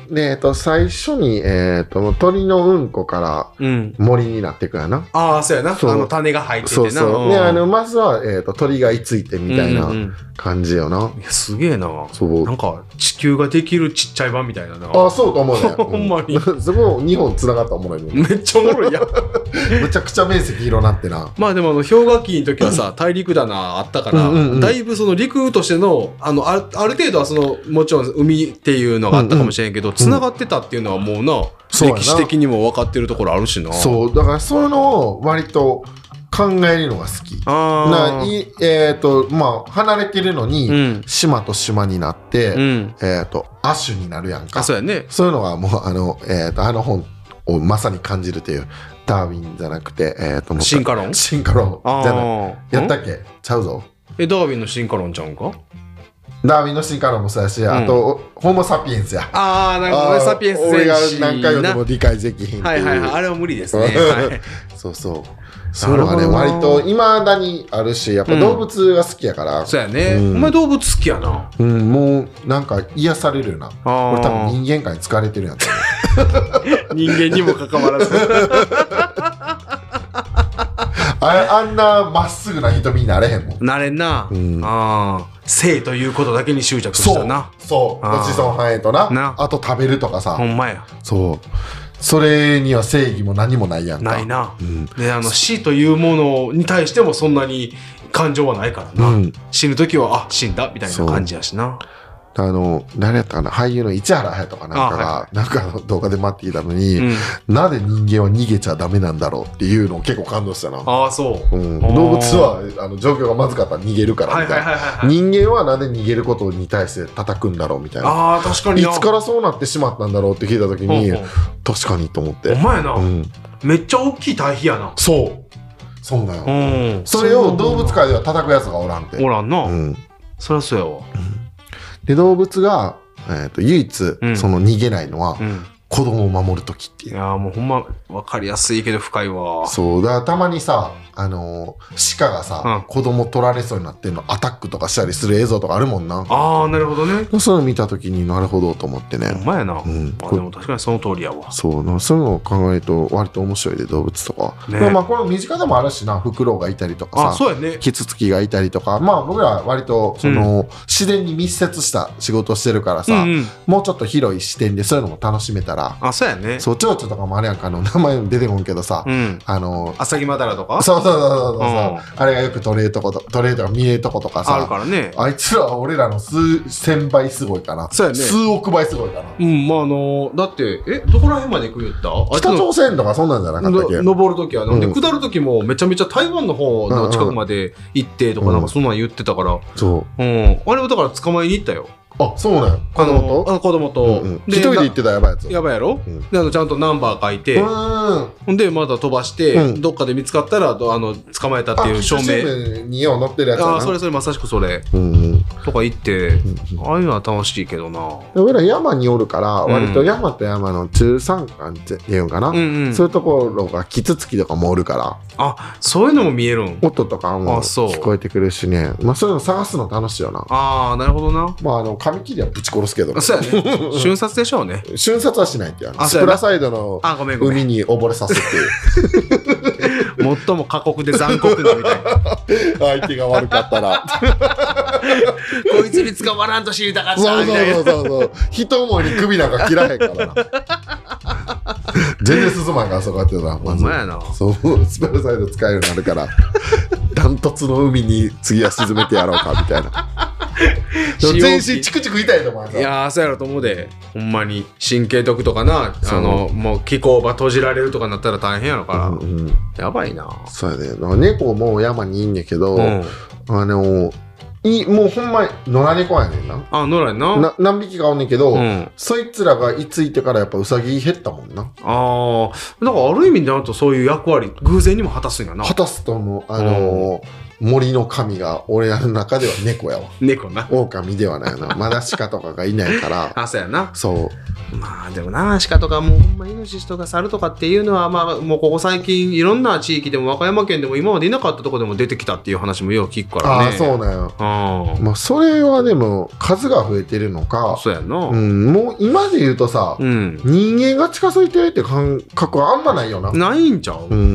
Speaker 1: で、えっと、最初に、えっと、鳥のうんこから
Speaker 2: うん。
Speaker 1: 森になっていくやな。
Speaker 2: ああ、そうやな。あ
Speaker 1: そう
Speaker 2: の、種が入ってて
Speaker 1: そ
Speaker 2: な。
Speaker 1: うそう。
Speaker 2: ん
Speaker 1: で、あの、まずは、えっと、鳥が居ついてみたい
Speaker 2: うんう
Speaker 1: なん感じよな
Speaker 2: う。んいやすげえな。
Speaker 1: そう
Speaker 2: な。んか、地球ができるちっちゃい版みたいなな。
Speaker 1: あ、そうと思
Speaker 2: [LAUGHS]
Speaker 1: うね。
Speaker 2: ほんまに
Speaker 1: う。すごい、2本繋がったらおもろいもん。
Speaker 2: [LAUGHS] めっちゃおもろいやん。
Speaker 1: むちゃくちゃ面積広なってな。
Speaker 2: まあでもあの氷河期の時はさ大陸棚あったから、
Speaker 1: うんうんうん
Speaker 2: だいぶその陸としてのあのあるある程度はそのもちろん海っていうのがあったかもしれんけどつな、繋がってたっていうのはもうな、
Speaker 1: そうやな
Speaker 2: 歴史的にも分かってるところあるしなう
Speaker 1: そう、だからそういうのを割と考えるのが好き。
Speaker 2: あ
Speaker 1: な
Speaker 2: あ
Speaker 1: いえっ、とまあ離れてるのに、
Speaker 2: うん
Speaker 1: 島と島になって、
Speaker 2: うん
Speaker 1: えっ、と亜種になるやんか
Speaker 2: あそうやね
Speaker 1: そういうのがもうあの,、えー、とあの本をまさに感じるというダーウィンじゃなくて、えー、ともう一
Speaker 2: 進
Speaker 1: 回
Speaker 2: 化論
Speaker 1: 進化論
Speaker 2: あ
Speaker 1: じゃない
Speaker 2: あ
Speaker 1: やった
Speaker 2: ん
Speaker 1: っけちゃうぞ
Speaker 2: えダーウィンの進化論ちゃうんか
Speaker 1: ダーウィンの進化論もそうやし、あとホモ・サピエンスや
Speaker 2: ああなるほど
Speaker 1: あ
Speaker 2: ね
Speaker 1: ー
Speaker 2: サピエンス
Speaker 1: 俺
Speaker 2: 全
Speaker 1: が
Speaker 2: 史
Speaker 1: 何回読んでも理解できひんって、
Speaker 2: はいいうはいはいあれは無理 [LAUGHS] ですね、はい、
Speaker 1: そうそうそういうのがね
Speaker 2: なる
Speaker 1: 割
Speaker 2: ほどな
Speaker 1: といまだにあるしやっぱ動物が好きやから、
Speaker 2: そうやね、
Speaker 1: うん
Speaker 2: お前動物好きやな
Speaker 1: うん、もうなんか癒されるよな
Speaker 2: あー
Speaker 1: 俺多分人間界に疲れてるやん
Speaker 2: 人間にもかかわらず [LAUGHS]
Speaker 1: ああんなまっすぐな瞳になれへんもん
Speaker 2: なれんな、
Speaker 1: うん
Speaker 2: ああ性ということだけに執着し
Speaker 1: そ
Speaker 2: た
Speaker 1: う
Speaker 2: な
Speaker 1: そう
Speaker 2: あー
Speaker 1: ごちそう繁栄とな
Speaker 2: な
Speaker 1: あと食べるとかさ
Speaker 2: ほんまや
Speaker 1: そうそれには正義も何もないやんか
Speaker 2: ないな
Speaker 1: うん、
Speaker 2: であの死というものに対してもそんなに感情はないから
Speaker 1: う
Speaker 2: な、
Speaker 1: ん
Speaker 2: 死ぬ時はあ死んだみたいな感じやしな
Speaker 1: あの誰やったかな俳優の市原隼とかなんかが、
Speaker 2: あ
Speaker 1: なんかの動画で待っていたのに、
Speaker 2: うん
Speaker 1: なぜ人間は逃げちゃダメなんだろうっていうのを結構感動したな、
Speaker 2: ああそう
Speaker 1: うん、動物はあの状況がまずかったら逃げるから
Speaker 2: はい
Speaker 1: みたいな、
Speaker 2: はいはいはいはい
Speaker 1: 人間はなんで逃げることに対して叩くんだろうみたいな
Speaker 2: ああ確かに
Speaker 1: い
Speaker 2: な
Speaker 1: つからそうなってしまったんだろうって聞いた時に
Speaker 2: うんうん
Speaker 1: 確かにと思っ
Speaker 2: お
Speaker 1: て、
Speaker 2: 前な、
Speaker 1: うん、
Speaker 2: めっちゃ大きい対比やな
Speaker 1: そうそうなの
Speaker 2: うん
Speaker 1: それを動物界では叩くやつがおらんて、
Speaker 2: おらんな、
Speaker 1: うん、
Speaker 2: そりゃそうやわ、
Speaker 1: で動物が、えー、と唯一、
Speaker 2: うん
Speaker 1: その逃げないのは
Speaker 2: うん、
Speaker 1: 子供を守る時って
Speaker 2: い
Speaker 1: いう、
Speaker 2: やーもうほんま分かりやすいけど深いわ
Speaker 1: そうだからたまにさあのー鹿がさ、
Speaker 2: う
Speaker 1: 子供取られそうになってんのアタックとかしたりする映像とかあるもんな
Speaker 2: ああなるほどね
Speaker 1: そういうの見た時になるほどと思ってね、
Speaker 2: ほんまやな、
Speaker 1: うん、
Speaker 2: まあ、でも確かにその通りやわ
Speaker 1: そうなそういうのを考えると割と面白いで動物とかは、
Speaker 2: ね
Speaker 1: でもまあこれも身近でもあるしなフクロウがいたりとか
Speaker 2: あ
Speaker 1: さ
Speaker 2: そうやね
Speaker 1: キツツキがいたりとかまあ僕らは割とその、自然に密接した仕事をしてるからさ、
Speaker 2: うんうん、
Speaker 1: もうちょっと広い視点でそういうのも楽しめたら、
Speaker 2: あそうやね
Speaker 1: そう蝶々とかもあれやんかあの名前も出てこんけどさ、
Speaker 2: うん
Speaker 1: あの
Speaker 2: アサギマダラとか
Speaker 1: そうそうそうそうそう、
Speaker 2: うん
Speaker 1: あれがよく取れるとこと取れるとか見えるとことか
Speaker 2: ある
Speaker 1: さ
Speaker 2: からね
Speaker 1: あいつらは俺らの数千倍すごいかな、
Speaker 2: そうやね
Speaker 1: 数億倍すごいかな
Speaker 2: うんまああのだってえどこら辺まで行く言ったあいつ
Speaker 1: 北
Speaker 2: の
Speaker 1: 朝鮮とかそんなんじゃなかったっけ
Speaker 2: の登る時はなんで、
Speaker 1: うん
Speaker 2: 下る時もめちゃめちゃ台湾の方の近くまで行ってとかなんかそんなん言ってたから、
Speaker 1: そう
Speaker 2: うんあれをだから捕まえに行ったよ
Speaker 1: あそうなんや子供と
Speaker 2: あの子供と、
Speaker 1: うんうん一人で行ってたやばいやつ
Speaker 2: なやばいやろ、
Speaker 1: うん
Speaker 2: であのちゃんとナンバー書いて、
Speaker 1: うーん
Speaker 2: ほんでまた飛ばして、
Speaker 1: うん
Speaker 2: どっかで見つかったらどあの捕まえたっていう証
Speaker 1: あ新
Speaker 2: 明
Speaker 1: 聞によう載ってるやつやな
Speaker 2: ああそれそれまさしくそれ
Speaker 1: うんうん
Speaker 2: とか行って、ああいうのは楽しいけどな
Speaker 1: で俺ら山におるから
Speaker 2: ん
Speaker 1: 割と山と山の中山間っていうんかな、
Speaker 2: うんうん
Speaker 1: そういうところがキツツキとかもおるから
Speaker 2: あそういうのも見えるん
Speaker 1: 音とかも
Speaker 2: あそう
Speaker 1: 聞こえてくるしねまあそういうの探すの楽しいよな
Speaker 2: ああなるほどな
Speaker 1: まああの紙切りはぶち殺すけど
Speaker 2: あそうや
Speaker 1: [LAUGHS]
Speaker 2: ね瞬殺でしょうね
Speaker 1: 瞬殺はしないってやな
Speaker 2: あ
Speaker 1: ス
Speaker 2: そう
Speaker 1: プ
Speaker 2: やな
Speaker 1: ラサイドの
Speaker 2: あごめんごめ
Speaker 1: 海
Speaker 2: ん
Speaker 1: に溺れさせ
Speaker 2: [LAUGHS]
Speaker 1: て
Speaker 2: 最も過酷で残酷だみたい
Speaker 1: [LAUGHS]
Speaker 2: な
Speaker 1: 相手が悪かったら
Speaker 2: こいつに捕まらんと知り
Speaker 1: [LAUGHS]
Speaker 2: たかっ
Speaker 1: そ
Speaker 2: た
Speaker 1: う
Speaker 2: みたい
Speaker 1: そ
Speaker 2: な
Speaker 1: うそうそう人思いに首なんか切らへんからな全然進まんからそこやってたら
Speaker 2: ほ
Speaker 1: ま
Speaker 2: ん
Speaker 1: ず
Speaker 2: まやな
Speaker 1: そうスペルサイド使えるようになるからダントツの海に次は沈めてやろうかみたいなでも全身チクチク痛いと思う
Speaker 2: いやーそうやろと思うでほんまに神経毒とかなあ
Speaker 1: そう
Speaker 2: のもう気候場閉じられるとかなったら大変やろから、
Speaker 1: うんうん、
Speaker 2: やばいな
Speaker 1: そうやねなんか猫も山にいんねんけど、
Speaker 2: うん
Speaker 1: あのいもうほんま野良猫やねんな
Speaker 2: あ野良やな
Speaker 1: な何匹かおんねんけど、
Speaker 2: うん
Speaker 1: そいつらがいついてからやっぱウサギ減ったもんな
Speaker 2: ああだからある意味でなんとそういう役割偶然にも果たすんやな
Speaker 1: 果たすと思うあのー森の神が俺らの中では猫やわ
Speaker 2: 猫な。
Speaker 1: 狼ではないなまだ鹿とかがいないから
Speaker 2: [LAUGHS] 朝やな。
Speaker 1: そう
Speaker 2: まあでもな、鹿とかもうほんまイノシシとか猿とかっていうのはまあもうここ最近いろんな地域でも和歌山県でも今までいなかったとこでも出てきたっていう話もよう聞くから
Speaker 1: あ
Speaker 2: ね。
Speaker 1: あそうなんや
Speaker 2: あ
Speaker 1: まあそれはでも数が増えてるの
Speaker 2: あ。
Speaker 1: か
Speaker 2: そうやな。
Speaker 1: う
Speaker 2: うん。
Speaker 1: んもう今で言うとさ、人間が近づいてるって感覚はあんまないよな
Speaker 2: ないんちゃう
Speaker 1: う
Speaker 2: うん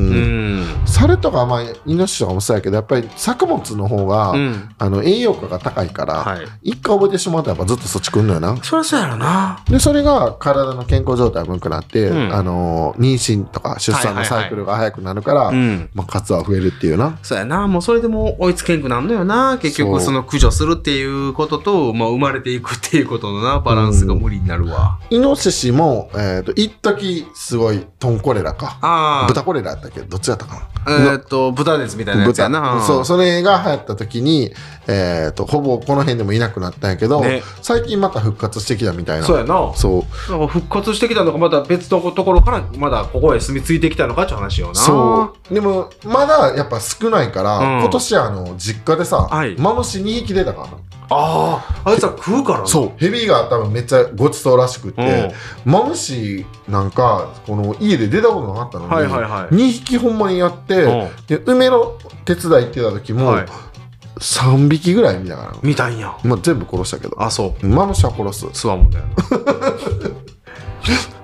Speaker 2: ん。
Speaker 1: 猿とかまあイノシシとかもそうやけどやっぱり作物の方が、
Speaker 2: うん。
Speaker 1: あの栄養価が高いから、
Speaker 2: はい。
Speaker 1: 一回覚えてしまうとやっぱずっとそっち来んのよな
Speaker 2: そりゃそうやろな。
Speaker 1: でそれが体の健康状態も良くなって、
Speaker 2: うん
Speaker 1: あのー妊娠とか出産のサイクルが早くなるから、
Speaker 2: うん。
Speaker 1: まあ、数は増えるっていうな
Speaker 2: そうやな。もうそれでも追いつけんくなんのよな。結局
Speaker 1: そう
Speaker 2: その駆除するっていうことと、まあ生まれていくっていうことのな、バランスが無理になるわ。
Speaker 1: イノシシもえっ、と一時すごいトンコレラか
Speaker 2: ああ。
Speaker 1: 豚コレラやったっけどっちだったか
Speaker 2: えーっと、豚熱みたいな
Speaker 1: な
Speaker 2: やつやな。
Speaker 1: そうそれが流行った時に、えー、とほぼこの辺でもいなくなったんやけど、
Speaker 2: ね
Speaker 1: 最近また復活してきたみたいな
Speaker 2: そうやな。
Speaker 1: そう
Speaker 2: なんか復活してきたのかまた別のところからまだここへ住み着いてきたのかって話よな
Speaker 1: そうでもまだやっぱ少ないから、
Speaker 2: うん
Speaker 1: 今年あの実家でさ、
Speaker 2: はい
Speaker 1: マムシ2匹出たか
Speaker 2: あああいつは食うから
Speaker 1: な
Speaker 2: な
Speaker 1: そうヘビが多分めっちゃごちそうらしくっ
Speaker 2: うん
Speaker 1: て、マムシなんかこの家で出たことなかったのに、
Speaker 2: はいはいはい
Speaker 1: 2匹ほんまにやって、
Speaker 2: うん
Speaker 1: で梅の手伝い行ってた時も、
Speaker 2: はい
Speaker 1: 3匹ぐらい見たからな、
Speaker 2: みたいんや
Speaker 1: まあ、全部殺したけど
Speaker 2: あそ
Speaker 1: マムシは殺
Speaker 2: うスワモンだよな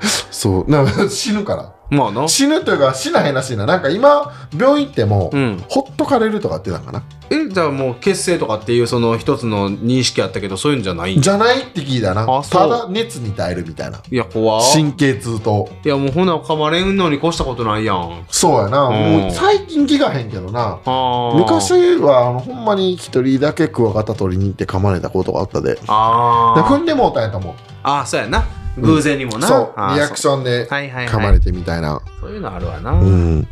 Speaker 1: すそうなんか死ぬから
Speaker 2: まあな
Speaker 1: 死ぬというか死なへんらしいななんか今病院行っても、
Speaker 2: うん
Speaker 1: ほっとかれるとかってなんかな
Speaker 2: えじゃあもう血清とかっていうその一つの認識あったけどそういうんじゃないん
Speaker 1: じゃないって聞いたな
Speaker 2: あそう
Speaker 1: ただ熱に耐えるみたいない
Speaker 2: や怖
Speaker 1: 神経痛と
Speaker 2: いやもうほな噛まれんのに越したことないやん
Speaker 1: そうやな、
Speaker 2: うん
Speaker 1: もう最近聞かへんけどな
Speaker 2: ああ
Speaker 1: 昔はあのほんまに一人だけクワガタ取りに行って噛まれたことがあったで
Speaker 2: あ
Speaker 1: で
Speaker 2: ー
Speaker 1: 踏んでもうたんやと思
Speaker 2: あーそうやな偶然にも
Speaker 1: う
Speaker 2: な、
Speaker 1: そう
Speaker 2: あー
Speaker 1: リアクションで
Speaker 2: はいはい
Speaker 1: 噛
Speaker 2: は
Speaker 1: ま
Speaker 2: い
Speaker 1: れてみたいな、
Speaker 2: そういうのあるわな、
Speaker 1: うん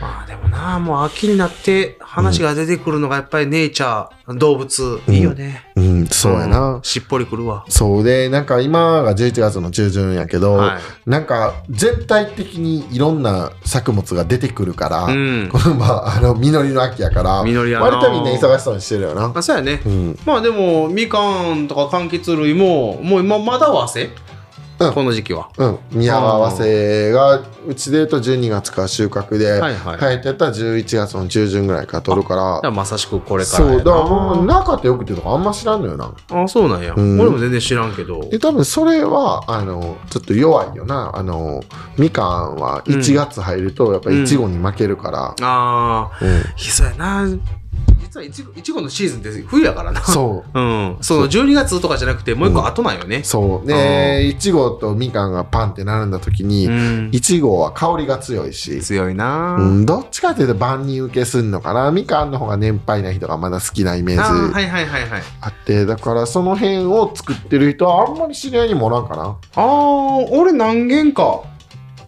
Speaker 2: まあでもなもう秋になって話が出てくるのがやっぱりネイチャー動物いいよね、
Speaker 1: うんそうやな、
Speaker 2: んしっぽりくるわ
Speaker 1: そうでなんか今が11月の中旬やけど、
Speaker 2: は
Speaker 1: なんか全体的にいろんな作物が出てくるから、
Speaker 2: いうん
Speaker 1: この [LAUGHS] まああの実りの秋やから
Speaker 2: 実りやな
Speaker 1: 割とみんな忙しそうにしてるよな
Speaker 2: あそうやね
Speaker 1: うん
Speaker 2: まあでもみかんとか柑橘類ももう今まだわせ、
Speaker 1: うん
Speaker 2: この時期は
Speaker 1: うん、見合わせがうちで言うと12月から収穫で、
Speaker 2: はいはい、
Speaker 1: 生えてたら11月の中旬ぐらいから取るから
Speaker 2: だからまさしくこれから
Speaker 1: そう
Speaker 2: や
Speaker 1: だからもう中ってよくてとかあんま知らんのよな
Speaker 2: あそうなんや、
Speaker 1: うん
Speaker 2: 俺も全然知らんけど
Speaker 1: で多分それはあのちょっと弱いよなあのみかんは1月入るとやっぱりいちごに負けるから、
Speaker 2: ああ
Speaker 1: うん
Speaker 2: そうやな実はいちごいちごのシーズンって冬やからな
Speaker 1: そう
Speaker 2: んその12月とかじゃなくてもう一個後なんよね
Speaker 1: う、そう
Speaker 2: あ
Speaker 1: でいちごとみかんがパンって並んだ時に
Speaker 2: うん
Speaker 1: いちごは香りが強いし、
Speaker 2: 強いな、
Speaker 1: うん、どっちかっていうと万人受けすんのかなみかんの方が年配な人がまだ好きなイメージ
Speaker 2: あーはいはいはいはい
Speaker 1: あってだからその辺を作ってる人はあんまり知り合いにもおらんかな
Speaker 2: ああ俺何軒か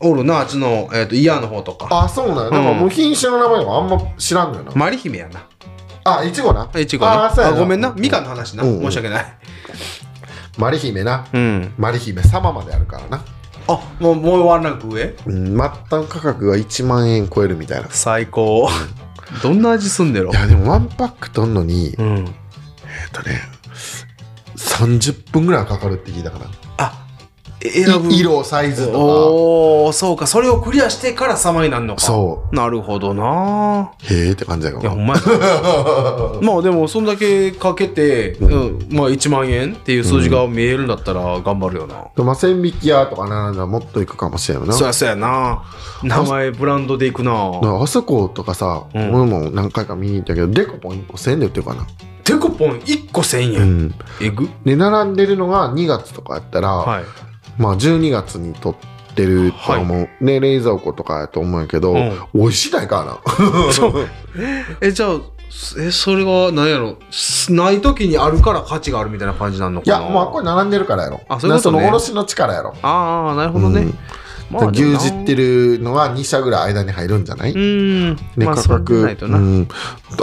Speaker 2: おるなあっちの、えー、とイヤーの方とか
Speaker 1: あそうなんや、だ
Speaker 2: ん
Speaker 1: からもう品種の名前とかあんま知らんのよな、
Speaker 2: マリ姫やな
Speaker 1: あいちごな
Speaker 2: あいちごな
Speaker 1: あそうや
Speaker 2: あ
Speaker 1: な
Speaker 2: ごめんなみかんの話な、
Speaker 1: うんうん
Speaker 2: 申し訳ない
Speaker 1: マリ姫な
Speaker 2: うん
Speaker 1: マリ姫様まであるからな、
Speaker 2: あもうもうワンランク上
Speaker 1: うん、末端価格が1万円超えるみたいない
Speaker 2: 最高 [LAUGHS] どんな味すんねろ
Speaker 1: やでもワンパック取んのに
Speaker 2: うん
Speaker 1: えっとね30分ぐらいかかるって聞いたから
Speaker 2: あ選ぶ
Speaker 1: い色サイズと
Speaker 2: おおそうかそれをクリアしてから様になるの
Speaker 1: か
Speaker 2: か
Speaker 1: そう
Speaker 2: なるほどな
Speaker 1: うへえって感じだけ
Speaker 2: いや
Speaker 1: ど
Speaker 2: ほ
Speaker 1: なん [LAUGHS]
Speaker 2: まやなまあでもそんだけかけて、うんまあ1万円っていう数字が見えるんだったら頑張るよな、
Speaker 1: でも千匹屋とか並んだらもっといくかもしれんな
Speaker 2: そやそやな名前ブランドでいく
Speaker 1: だか
Speaker 2: な
Speaker 1: らあそことかさ、
Speaker 2: うん
Speaker 1: 俺も何回か見に行ったけどデコポン1個1000円で売ってるかな、
Speaker 2: テコポン1個1000円、
Speaker 1: ん、
Speaker 2: えぐ
Speaker 1: で並んでるのが2月とかやったら、
Speaker 2: はい
Speaker 1: まあ12月に取ってると思う、で冷蔵庫とかやと思うんやけど、
Speaker 2: うん
Speaker 1: 美味しないか
Speaker 2: [LAUGHS] そうえじゃあえそれは何やろすない時にあるから価値があるみたいな感じなのか
Speaker 1: な
Speaker 2: ない
Speaker 1: やまあこれ並んでるからやろ
Speaker 2: あそういうことね
Speaker 1: だからその卸の力やろ、
Speaker 2: ああなるほどね、
Speaker 1: うん
Speaker 2: まあ
Speaker 1: 牛
Speaker 2: でも
Speaker 1: 耳
Speaker 2: な
Speaker 1: ってるのが2社ぐらい間に入るんじゃない、
Speaker 2: うん
Speaker 1: で
Speaker 2: まあ
Speaker 1: 価
Speaker 2: それ
Speaker 1: 格、
Speaker 2: でないとな、
Speaker 1: うん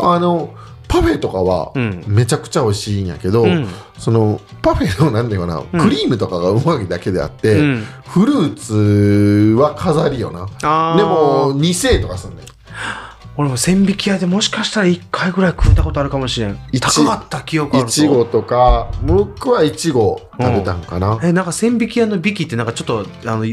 Speaker 1: あのパフェとかは
Speaker 2: うん
Speaker 1: めちゃくちゃ美味しいんやけど、
Speaker 2: うん
Speaker 1: そのパフェのなんていうかな、
Speaker 2: ん
Speaker 1: クリームとかがうまいだけであって、
Speaker 2: うん
Speaker 1: フルーツは飾りよな
Speaker 2: あー
Speaker 1: でも2世とかすんねん
Speaker 2: 俺も千匹屋でもしかしたら1回ぐらい食ったことあるかもしれん
Speaker 1: いち
Speaker 2: 高かった記憶ある
Speaker 1: い
Speaker 2: ぞ
Speaker 1: ちごとか僕はいちご食べたんかな、
Speaker 2: えなんか千匹屋のビキってなんかちょっとあの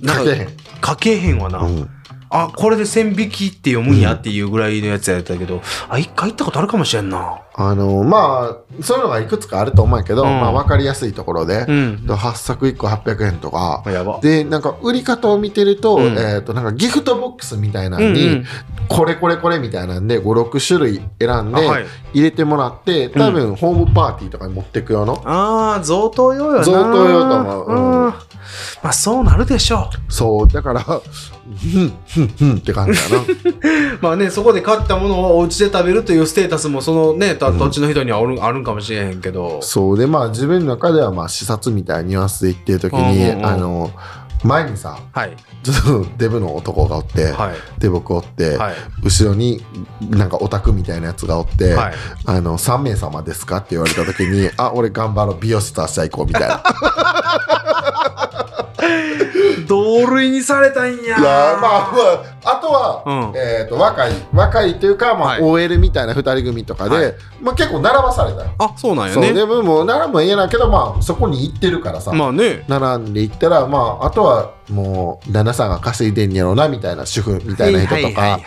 Speaker 2: な
Speaker 1: か
Speaker 2: ん
Speaker 1: け
Speaker 2: か
Speaker 1: へん
Speaker 2: かけへんわな、
Speaker 1: うん
Speaker 2: あこれで千匹って読むんやっていうぐらいのやつやったけど、あ一回行ったことあるかもしれんな
Speaker 1: あのまあそういうのがいくつかあると思うんやけど、
Speaker 2: うん
Speaker 1: まあ、分かりやすいところで、
Speaker 2: うん
Speaker 1: 8作1個800円とか、
Speaker 2: やば
Speaker 1: でなんか売り方を見てると,、
Speaker 2: うん
Speaker 1: えー、となんかギフトボックスみたいなの
Speaker 2: うん
Speaker 1: に、
Speaker 2: うん
Speaker 1: これこれこれみたいなんで56種類選ん
Speaker 2: あ
Speaker 1: で
Speaker 2: はい
Speaker 1: 入れてもらって、多分ホームパーティーとかに持ってくよの、
Speaker 2: あー贈答用よな
Speaker 1: 贈答用と思ううん
Speaker 2: んまあそうなるでしょ
Speaker 1: そうだからふんふんふんって感じだ
Speaker 2: [LAUGHS]
Speaker 1: な
Speaker 2: まあねそこで買ったものをお家で食べるというステータスもそのねた土地の人にはおる、あるんかもしれへんけど
Speaker 1: そうでまあ自分の中ではまあ視察みたいなニュアンスで言ってる時に、
Speaker 2: うんうんうん
Speaker 1: あの前にさ [LAUGHS]
Speaker 2: はい
Speaker 1: ちょっとデブの男がおって、
Speaker 2: はい
Speaker 1: で僕おって、
Speaker 2: はい
Speaker 1: 後ろになんかオタクみたいなやつがおって「
Speaker 2: はい
Speaker 1: あの3名様ですか?」って言われた時に「あ俺頑張ろう美容室明日行こう」み
Speaker 2: [LAUGHS]
Speaker 1: たいな
Speaker 2: 同類にされたんや
Speaker 1: いやーまあ、まあ、あとは、
Speaker 2: うん
Speaker 1: えー、と若い若いというか、まあ
Speaker 2: はい
Speaker 1: OL みたいな2人組とかで、
Speaker 2: はい
Speaker 1: まあ、結構並ばされたよ、
Speaker 2: あそうなんや
Speaker 1: そう
Speaker 2: ね
Speaker 1: でももう並ぶもええやけど、まあ、そこに行ってるからさ、
Speaker 2: まあね
Speaker 1: 並んで行ったら、まあ、あとはもう旦那さんが稼いでんやろうなみたいな主婦みたいな人とか、
Speaker 2: はいはいはい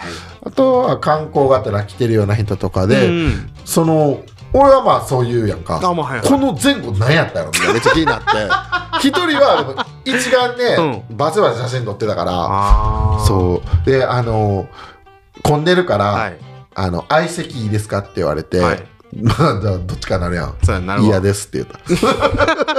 Speaker 1: あとは観光がてら来てるような人とかで、
Speaker 2: うん
Speaker 1: その俺はまあそういうやんか
Speaker 2: あまあはいはい
Speaker 1: この前後何やったのみたいなめっちゃ気になって
Speaker 2: [LAUGHS]
Speaker 1: 一人はでも一眼で、バズバズ写真撮ってたから
Speaker 2: あー
Speaker 1: そうであの混んでるから、
Speaker 2: はい
Speaker 1: あの相席いいですかって言われて、
Speaker 2: はい
Speaker 1: [LAUGHS] まあじゃあどっちかなるやん
Speaker 2: そうやなるほど
Speaker 1: 嫌ですって言った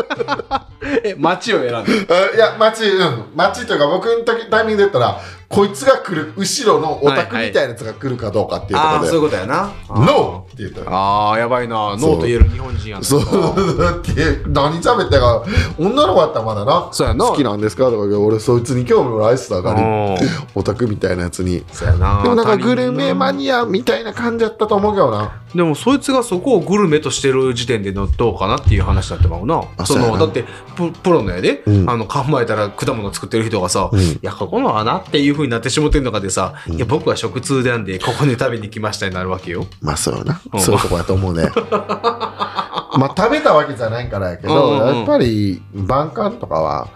Speaker 2: え街を選んだ
Speaker 1: あいや街うん街というか僕の時タイミングで言ったらこいつが来る後ろのオタクみたいなやつが来るかどうかっていうとこ
Speaker 2: あ
Speaker 1: ろ
Speaker 2: あ
Speaker 1: で
Speaker 2: そういうことやな
Speaker 1: 「ノー!」って言ったよ
Speaker 2: あーやばいなノーと言える日本人やな
Speaker 1: そうだって何喋ったか女の子だったらまだな
Speaker 2: そうやな
Speaker 1: 好きなんですかとか言うけど俺そいつに興味もないしだから
Speaker 2: うん
Speaker 1: オタクみたいなやつに
Speaker 2: そうやな
Speaker 1: でもなんか
Speaker 2: 他人の
Speaker 1: グルメマニアみたいな感じやったと思うけどな
Speaker 2: でもそいつがそこをグルメとしてる時点でのどうかなっていう話になってまうな
Speaker 1: あ
Speaker 2: そ
Speaker 1: そうや
Speaker 2: の
Speaker 1: な
Speaker 2: だってププロのやで、
Speaker 1: うん
Speaker 2: あの考えたら果物作ってる人がさ、
Speaker 1: うん
Speaker 2: いやここのはなっていうふうになってしもてんのかでさ、いや僕は食通なんでここに食べに来ましたになるわけよ
Speaker 1: まあそうよな、
Speaker 2: うん
Speaker 1: そういうとこやと思う
Speaker 2: [LAUGHS]
Speaker 1: ねまあ食べたわけじゃないからやけど、
Speaker 2: うんうんうん
Speaker 1: やっぱり晩柑とかは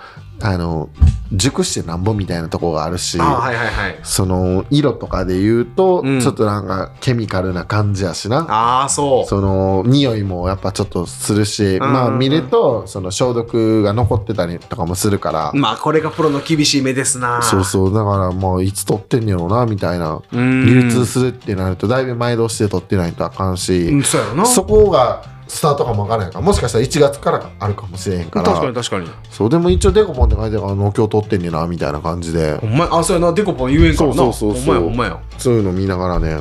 Speaker 1: あの熟してなんぼみたいなとこがあるし
Speaker 2: ああはいはいはい
Speaker 1: その色とかで言うと、
Speaker 2: うん
Speaker 1: ちょっとなんかケミカルな感じやしな
Speaker 2: ああそう
Speaker 1: その匂いもやっぱちょっとするし、
Speaker 2: うんうん
Speaker 1: まあ見るとその消毒が残ってたりとかもするから、
Speaker 2: まあこれがプロの厳しい目ですな
Speaker 1: そうそうだからもういつ取ってんやろうなみたいな、
Speaker 2: うーん
Speaker 1: 流通するってなるとだいぶ前倒しで取ってないとあかんし、
Speaker 2: うんそうやろな
Speaker 1: そこがスタートかもわからないからもしかしたら1月からあるかもしれへんから
Speaker 2: 確かに確かに
Speaker 1: そうでも一応デコポンって書いてあるから農協取ってんねんなみたいな感じで
Speaker 2: お前あそうやなデコポン言えんからな
Speaker 1: そうそうそうそう
Speaker 2: お前お
Speaker 1: そういうの見ながらね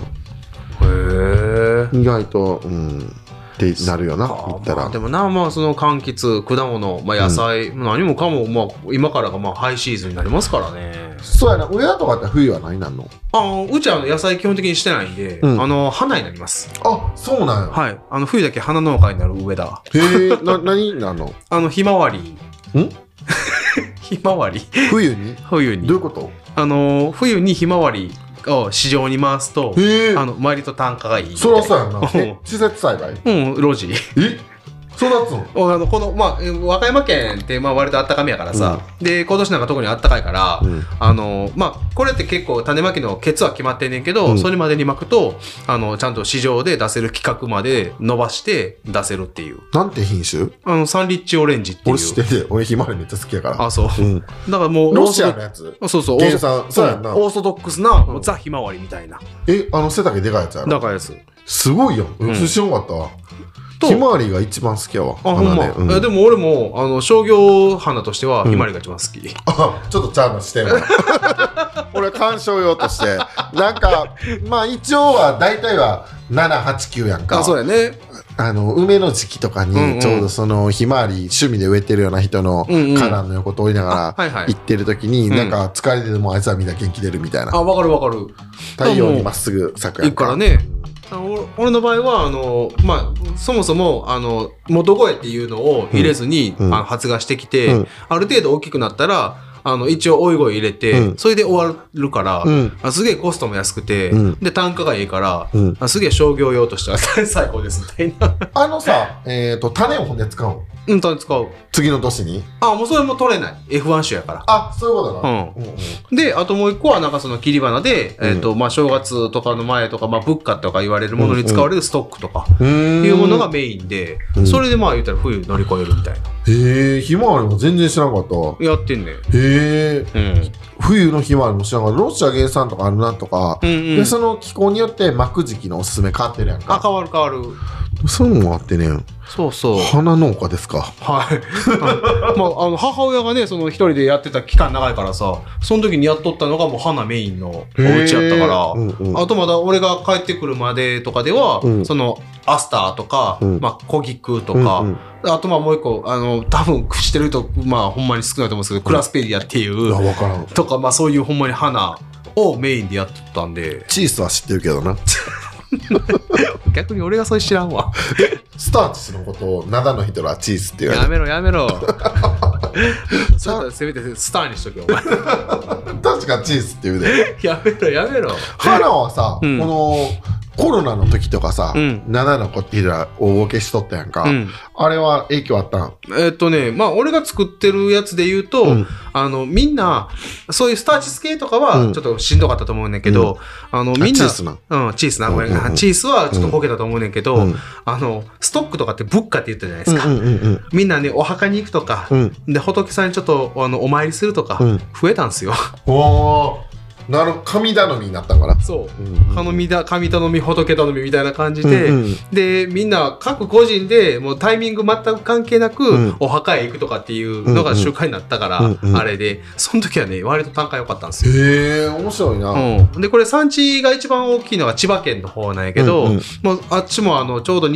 Speaker 2: 前へえ
Speaker 1: 意外とうんってなるよな言った
Speaker 2: まあ
Speaker 1: ら
Speaker 2: でもなまあその柑橘果物、まあ、野菜、何もかも、まあ、今からがまあハイシーズンになりますからね
Speaker 1: そうやな親とかって冬は何なんの
Speaker 2: あうちはあの野菜基本的にしてないんで、
Speaker 1: うん
Speaker 2: あの花になります
Speaker 1: あそうなんや
Speaker 2: はいあの冬だけ花農家になる上だ
Speaker 1: へえな何なんの
Speaker 2: あのひまわりん [LAUGHS] ひまわり
Speaker 1: 冬にど
Speaker 2: 冬
Speaker 1: うい
Speaker 2: に
Speaker 1: うこと
Speaker 2: あの冬にひまわりを市場に回すと
Speaker 1: へえ
Speaker 2: あの割と単価がいいみたい
Speaker 1: そらそうやんな
Speaker 2: うん
Speaker 1: え施設栽培
Speaker 2: うん路地 [LAUGHS]
Speaker 1: え育つの
Speaker 2: あのこのまあえ和歌山県ってまあ割とあったかみやからさ、で今年なんか特にあったかいから、
Speaker 1: うん
Speaker 2: あのまあこれって結構種まきのケツは決まってんねんけど、
Speaker 1: うん
Speaker 2: それまでに巻くとあのちゃんと市場で出せる規格まで伸ばして出せるっていう
Speaker 1: なんて品種
Speaker 2: あのサンリッチオレンジっていう
Speaker 1: 俺知ってて俺ひまわりめっちゃ好きやから
Speaker 2: あそう
Speaker 1: うん
Speaker 2: だからもう
Speaker 1: ロシア
Speaker 2: オー
Speaker 1: の
Speaker 2: ソ
Speaker 1: やつ
Speaker 2: ドそうそう
Speaker 1: 原産
Speaker 2: オーソ
Speaker 1: そうやんな
Speaker 2: オーソドックスな、もうザひまわりみたいな
Speaker 1: えあの背丈でかいやつやろ
Speaker 2: だからです
Speaker 1: すごいよ。うんん、知らんかったわ。
Speaker 2: と
Speaker 1: ひまわりが一番好きやわ。
Speaker 2: あほん
Speaker 1: 花
Speaker 2: ま、
Speaker 1: ねう
Speaker 2: え
Speaker 1: ん
Speaker 2: でも俺もあの商業花としてはひまわりが一番好き、
Speaker 1: あちょっとちゃうのしてんの [LAUGHS] 俺は鑑賞用として。なんか、まあ一応は大体は7、8、9やんか。
Speaker 2: うやね
Speaker 1: あの、梅の時期とか
Speaker 2: うんう
Speaker 1: に
Speaker 2: ん
Speaker 1: ちょうどそのひまわり趣味で植えてるような人の
Speaker 2: うんうん
Speaker 1: 花壇の横通りなが
Speaker 2: あはい
Speaker 1: ら
Speaker 2: はい
Speaker 1: 行ってる時に、
Speaker 2: ん
Speaker 1: なんか疲れててもあいつはみんな元気出るみたいな。
Speaker 2: あわかるわかる
Speaker 1: 太陽にまっすぐ咲くや
Speaker 2: 行
Speaker 1: ん
Speaker 2: くから。ねあお俺の場合はあの、まあ、そもそもあの元声っていうのを入れずに、
Speaker 1: うんうん
Speaker 2: あの発芽してきて、
Speaker 1: うん
Speaker 2: ある程度大きくなったらあの、一応、おいごい入れて、
Speaker 1: うん
Speaker 2: それで終わるから、
Speaker 1: うん
Speaker 2: あすげえコストも安くて、
Speaker 1: うん
Speaker 2: で、単価がいいから、
Speaker 1: うん
Speaker 2: あすげえ商業用としては [LAUGHS] 最高です、みたいな。
Speaker 1: あのさ、えっ、と、種をほんで使うの
Speaker 2: うん、と使う。
Speaker 1: 次の年に
Speaker 2: あ、もうそれも取れない。F1 種やから。
Speaker 1: あ、そういうことだな。
Speaker 2: うん
Speaker 1: うんうん
Speaker 2: で、あともう一個は、なんかその切り花で、
Speaker 1: うん
Speaker 2: えっ、と、まあ、正月とかの前とか、まあ、物価とか言われるものに使われるストックとか、
Speaker 1: うーん
Speaker 2: いうものがメインで
Speaker 1: う、ん
Speaker 2: それでまあ、言ったら冬乗り越えるみたいな。
Speaker 1: へえひまわりも全然知らなかったわ
Speaker 2: やってんね。
Speaker 1: へえ
Speaker 2: うん。冬
Speaker 1: 冬のひまわりも知らなかったロシア原産とかあるなとか、
Speaker 2: うんう
Speaker 1: で
Speaker 2: ん。
Speaker 1: その気候によって巻く時期のおすすめ変わってるやん
Speaker 2: あ、
Speaker 1: か
Speaker 2: 変わる変わる。
Speaker 1: そういうのもあってね
Speaker 2: そうそう。
Speaker 1: 花農家ですか
Speaker 2: はい。 [LAUGHS] まあ、あの母親がね、その一人でやってた期間長いからさ、その時にやっとったのがもう花メインのお家やったから、
Speaker 1: へーうんうん
Speaker 2: あとまだ俺が帰ってくるまでとかでは、
Speaker 1: うん
Speaker 2: そのアスターとか、
Speaker 1: うん
Speaker 2: まあ、小菊とか、
Speaker 1: うんうん
Speaker 2: あとまあもう一個、あの、多分知ってる人、まあほんまに少ないと思うんですけど、クラスペディアってい
Speaker 1: いや
Speaker 2: う、
Speaker 1: 分からん
Speaker 2: とかまあそういうほんまに花をメインでやっとったんで、
Speaker 1: チースは知ってるけどな
Speaker 2: 逆に俺がそれ知ら
Speaker 1: [LAUGHS]
Speaker 2: んわ。
Speaker 1: スターチスのことを灘の人らはチースって言わ
Speaker 2: や
Speaker 1: れ
Speaker 2: めろやめ [LAUGHS] ろ。そうやったらせめてスターにしとけよ、お前。 [LAUGHS]
Speaker 1: る確かチースって言うで
Speaker 2: やめろやめろ。
Speaker 1: 花はさ、
Speaker 2: うん
Speaker 1: このコロナの時とかさ、
Speaker 2: うん
Speaker 1: 灘の子っていうのは大ボケしとったやんか、
Speaker 2: うん
Speaker 1: あれは影響あったん
Speaker 2: えっとね、まあ、俺が作ってるやつで言うと、
Speaker 1: うん
Speaker 2: あの、みんな、そういうスターチス系とか
Speaker 1: う
Speaker 2: は、
Speaker 1: ん
Speaker 2: ちょっとしんどかったと思うねんけど、あの、みん
Speaker 1: あチ
Speaker 2: な、
Speaker 1: ースな
Speaker 2: うん、チースな、ごめん、
Speaker 1: うんうんうん
Speaker 2: チースはちょっとこけたと思うねんけど、
Speaker 1: うん
Speaker 2: あの、ストックとかって物価って言ったじゃないですか。
Speaker 1: うんうんうん
Speaker 2: みんなね、お墓に行くとか、
Speaker 1: うん
Speaker 2: で、仏さんにちょっと、あの、お参りするとか、
Speaker 1: うん
Speaker 2: 増えたん
Speaker 1: [LAUGHS]
Speaker 2: すよ。
Speaker 1: おーなる神頼みになったんかな
Speaker 2: そう。
Speaker 1: うん
Speaker 2: 神みだ、神頼み、仏頼みみたいな感じで、
Speaker 1: うんうん
Speaker 2: で、みんな各個人でもうタイミング全く関係なく、
Speaker 1: うん
Speaker 2: お墓へ行くとかっていうのが習慣になったから、
Speaker 1: うんうん
Speaker 2: あれで、その時はね、割と単価良かったんですよ。
Speaker 1: へえ面白いな、
Speaker 2: うん、でこれ産地が一番大きいのが千葉県の方なんやけど、
Speaker 1: うんうん
Speaker 2: もうあっちもあのちょうど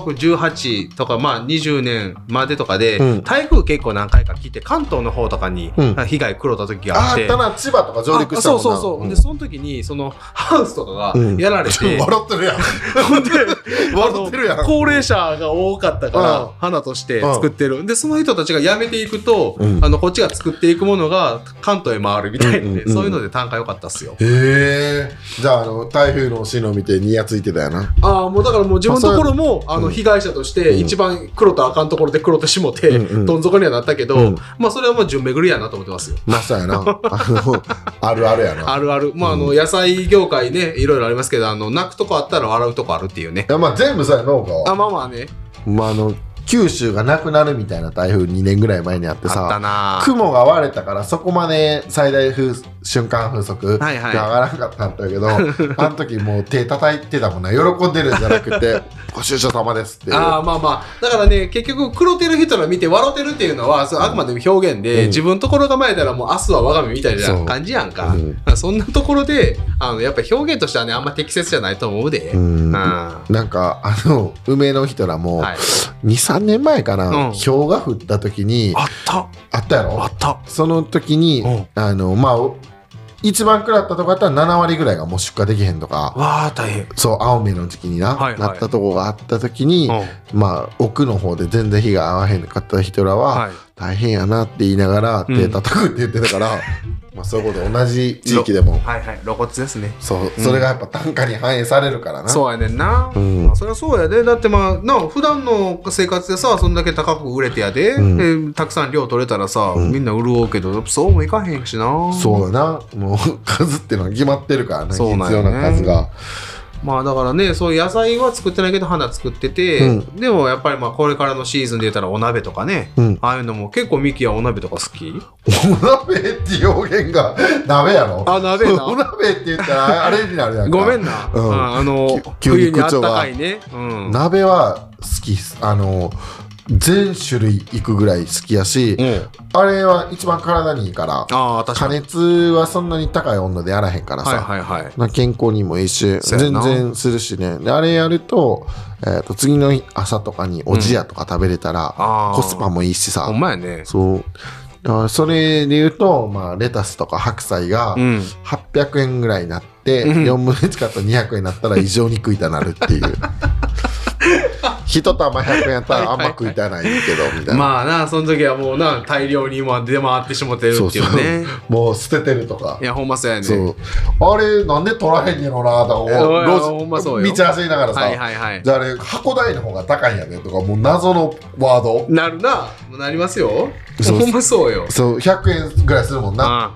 Speaker 2: 201618とか、まあ、20年までとかで、
Speaker 1: うん
Speaker 2: 台風結構何回か来て関東の方とかに
Speaker 1: うん
Speaker 2: 被害来ろった時があ
Speaker 1: あ
Speaker 2: っ
Speaker 1: ーあ
Speaker 2: て、
Speaker 1: ったな千葉とか上陸
Speaker 2: あ
Speaker 1: したもん
Speaker 2: そう
Speaker 1: な
Speaker 2: そうそう、
Speaker 1: ん
Speaker 2: でその時にそのハウスとかが
Speaker 1: うん
Speaker 2: やら [LAUGHS] れて、
Speaker 1: 笑ってるやん
Speaker 2: ほんで、
Speaker 1: 笑ってるやん
Speaker 2: あの高齢者が多かったか
Speaker 1: うん
Speaker 2: ら、花として作ってる。で、その人たちが辞めていくと、
Speaker 1: うん
Speaker 2: あの、こっちが作っていくものが関東へ回るみたいな
Speaker 1: うん
Speaker 2: ん
Speaker 1: うん
Speaker 2: で、
Speaker 1: うん
Speaker 2: そういうので単価良かったっすよ。
Speaker 1: へえじゃああの台風の進路見てニヤついてたやな
Speaker 2: ああ、もうだからもう自分のところも、あ
Speaker 1: う
Speaker 2: の、
Speaker 1: ん
Speaker 2: 被害者として、
Speaker 1: うん
Speaker 2: 一番黒とあかんところで黒としもて、
Speaker 1: うんうん
Speaker 2: どん底にはなったけど、
Speaker 1: うん
Speaker 2: まあ、それはもう順巡りやなと思ってますよ。
Speaker 1: まさやなあのあるあるやな
Speaker 2: あるある。まあ、あの、野菜業界ね、いろいろありますけど、あの、泣くとこあったら笑うとこあるっていうね
Speaker 1: い。やまあ全部さや農家
Speaker 2: あ、
Speaker 1: は
Speaker 2: まあまあね。
Speaker 1: まああの九州がなくなるみたいな台風2年ぐらい前にあって
Speaker 2: あった
Speaker 1: さ
Speaker 2: なあ
Speaker 1: 雲が割れたからそこまで最大風瞬間風速が
Speaker 2: はい
Speaker 1: 上
Speaker 2: はい
Speaker 1: がらなかったんだけ
Speaker 2: [LAUGHS]
Speaker 1: ど、あの時もう手叩いてたもんな喜んでるんじゃなく
Speaker 2: [LAUGHS]
Speaker 1: て「ご愁傷様です」っていう
Speaker 2: ああまあまあだからね結局黒てる人ら見て笑ってるっていうのはそれあくまでも表現で、
Speaker 1: うん
Speaker 2: 自分のところが前ならもう明日は我が身みたい
Speaker 1: そう
Speaker 2: な感じやんか
Speaker 1: うん
Speaker 2: そ,、ん、なところであのやっぱ表現としてはねあんま適切じゃないと思うで、
Speaker 1: うん
Speaker 2: あ
Speaker 1: なんかあの梅の人らも、
Speaker 2: ーはい、
Speaker 1: 23年前かな、
Speaker 2: うん
Speaker 1: 氷が降った時に
Speaker 2: あった
Speaker 1: あったやろ
Speaker 2: った
Speaker 1: その時に、
Speaker 2: うん
Speaker 1: あのまあお一番食らったとこだったら7割ぐらいがもう出荷できへんとか
Speaker 2: わあ大変
Speaker 1: そう青梅の時期にな、
Speaker 2: はいはい
Speaker 1: なったとこがあった時に、
Speaker 2: うん
Speaker 1: まあ奥の方で全然火が合わへんかった人らは、
Speaker 2: はい
Speaker 1: 大変やなって言いながら
Speaker 2: うん
Speaker 1: 手叩くって言ってた
Speaker 2: [LAUGHS]
Speaker 1: から、まあそういうこと同じ地域でも
Speaker 2: はいはい露骨ですね
Speaker 1: そうそれがやっぱ単価に反映されるからな。
Speaker 2: そうやねんな、
Speaker 1: うん
Speaker 2: まあそりゃそうやでだってまあな普段の生活でさそんだけ高く売れてやで、
Speaker 1: ん
Speaker 2: でたくさん量取れたらさ、
Speaker 1: ん
Speaker 2: みんな潤うけどそうもいかへんしな
Speaker 1: そうだなもう数っていうのは決まってるからね必
Speaker 2: そう
Speaker 1: 要
Speaker 2: なんよね
Speaker 1: な数が
Speaker 2: まあだからねそういう野菜は作ってないけど花作ってて、
Speaker 1: う
Speaker 2: でもやっぱりまあこれからのシーズンで言ったらお鍋とかね、
Speaker 1: うん
Speaker 2: ああいうのも結構ミキはお鍋とか好き [LAUGHS]
Speaker 1: お鍋っていう表現が鍋やろ
Speaker 2: あ鍋な
Speaker 1: お鍋って言ったらあれになるやんか
Speaker 2: ごめんな、
Speaker 1: うん
Speaker 2: ああの
Speaker 1: き急
Speaker 2: 冬
Speaker 1: に
Speaker 2: にあ
Speaker 1: 口
Speaker 2: っ
Speaker 1: 調
Speaker 2: た
Speaker 1: が
Speaker 2: かいね、うん、
Speaker 1: 鍋は好きっすあの全種類いくぐらい好きやし、
Speaker 2: うん
Speaker 1: あれは一番体にいいから
Speaker 2: ああ確か
Speaker 1: 加
Speaker 2: に
Speaker 1: 熱はそんなに高い温度でやらへんからさ、
Speaker 2: はいはいはい
Speaker 1: な健康にもいいし
Speaker 2: そうや
Speaker 1: 全
Speaker 2: な
Speaker 1: 然するしねであれやると,、えーと次の日朝とかにおじやとか食べれたら、
Speaker 2: あー
Speaker 1: コスパもいいしさ
Speaker 2: ほんまやね
Speaker 1: そうだからそれで言うと、まあ、レタスとか白菜が
Speaker 2: うん
Speaker 1: 800円ぐらいになって、
Speaker 2: うん [LAUGHS]
Speaker 1: 4分の1買ったら200円になったら異常に食いたなるっていう1一玉100円やったらあんま
Speaker 2: はい
Speaker 1: 食いたないけどみたいな、
Speaker 2: まあなその時はもうな大量に今出回ってしもてる
Speaker 1: そ
Speaker 2: っ
Speaker 1: う
Speaker 2: て
Speaker 1: そ
Speaker 2: いううね
Speaker 1: もう捨ててるとか
Speaker 2: いやほんまそうやね
Speaker 1: そうあれなんで取らへんやろなとか
Speaker 2: や
Speaker 1: 思う路
Speaker 2: ほんまそうよ
Speaker 1: 道走りながらさ、
Speaker 2: はいはいはい
Speaker 1: じゃああれ箱代の方が高いんやねとかもう謎のワード
Speaker 2: なるななりますよ
Speaker 1: そう
Speaker 2: ほんまそうよ
Speaker 1: そう100円ぐらいするもんな
Speaker 2: ああ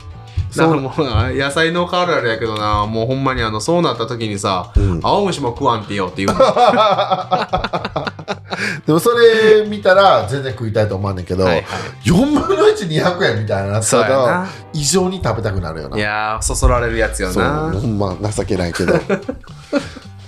Speaker 1: そ
Speaker 2: だ
Speaker 1: う
Speaker 2: からもうな [LAUGHS] 野菜農家あるあるやけどなもうほんまにあのそうなった時にさ、
Speaker 1: ん
Speaker 2: 青虫も食わんってよって言
Speaker 1: [LAUGHS]
Speaker 2: うの
Speaker 1: でもそれ見たら全然食いたいと思わんねんけど、
Speaker 2: はい
Speaker 1: 4分の1200円みたいになった
Speaker 2: そうや
Speaker 1: ら
Speaker 2: な
Speaker 1: 異常に食べたくなるよない
Speaker 2: やーそそられるやつよ
Speaker 1: そう
Speaker 2: な
Speaker 1: ほんま情けないけど [LAUGHS]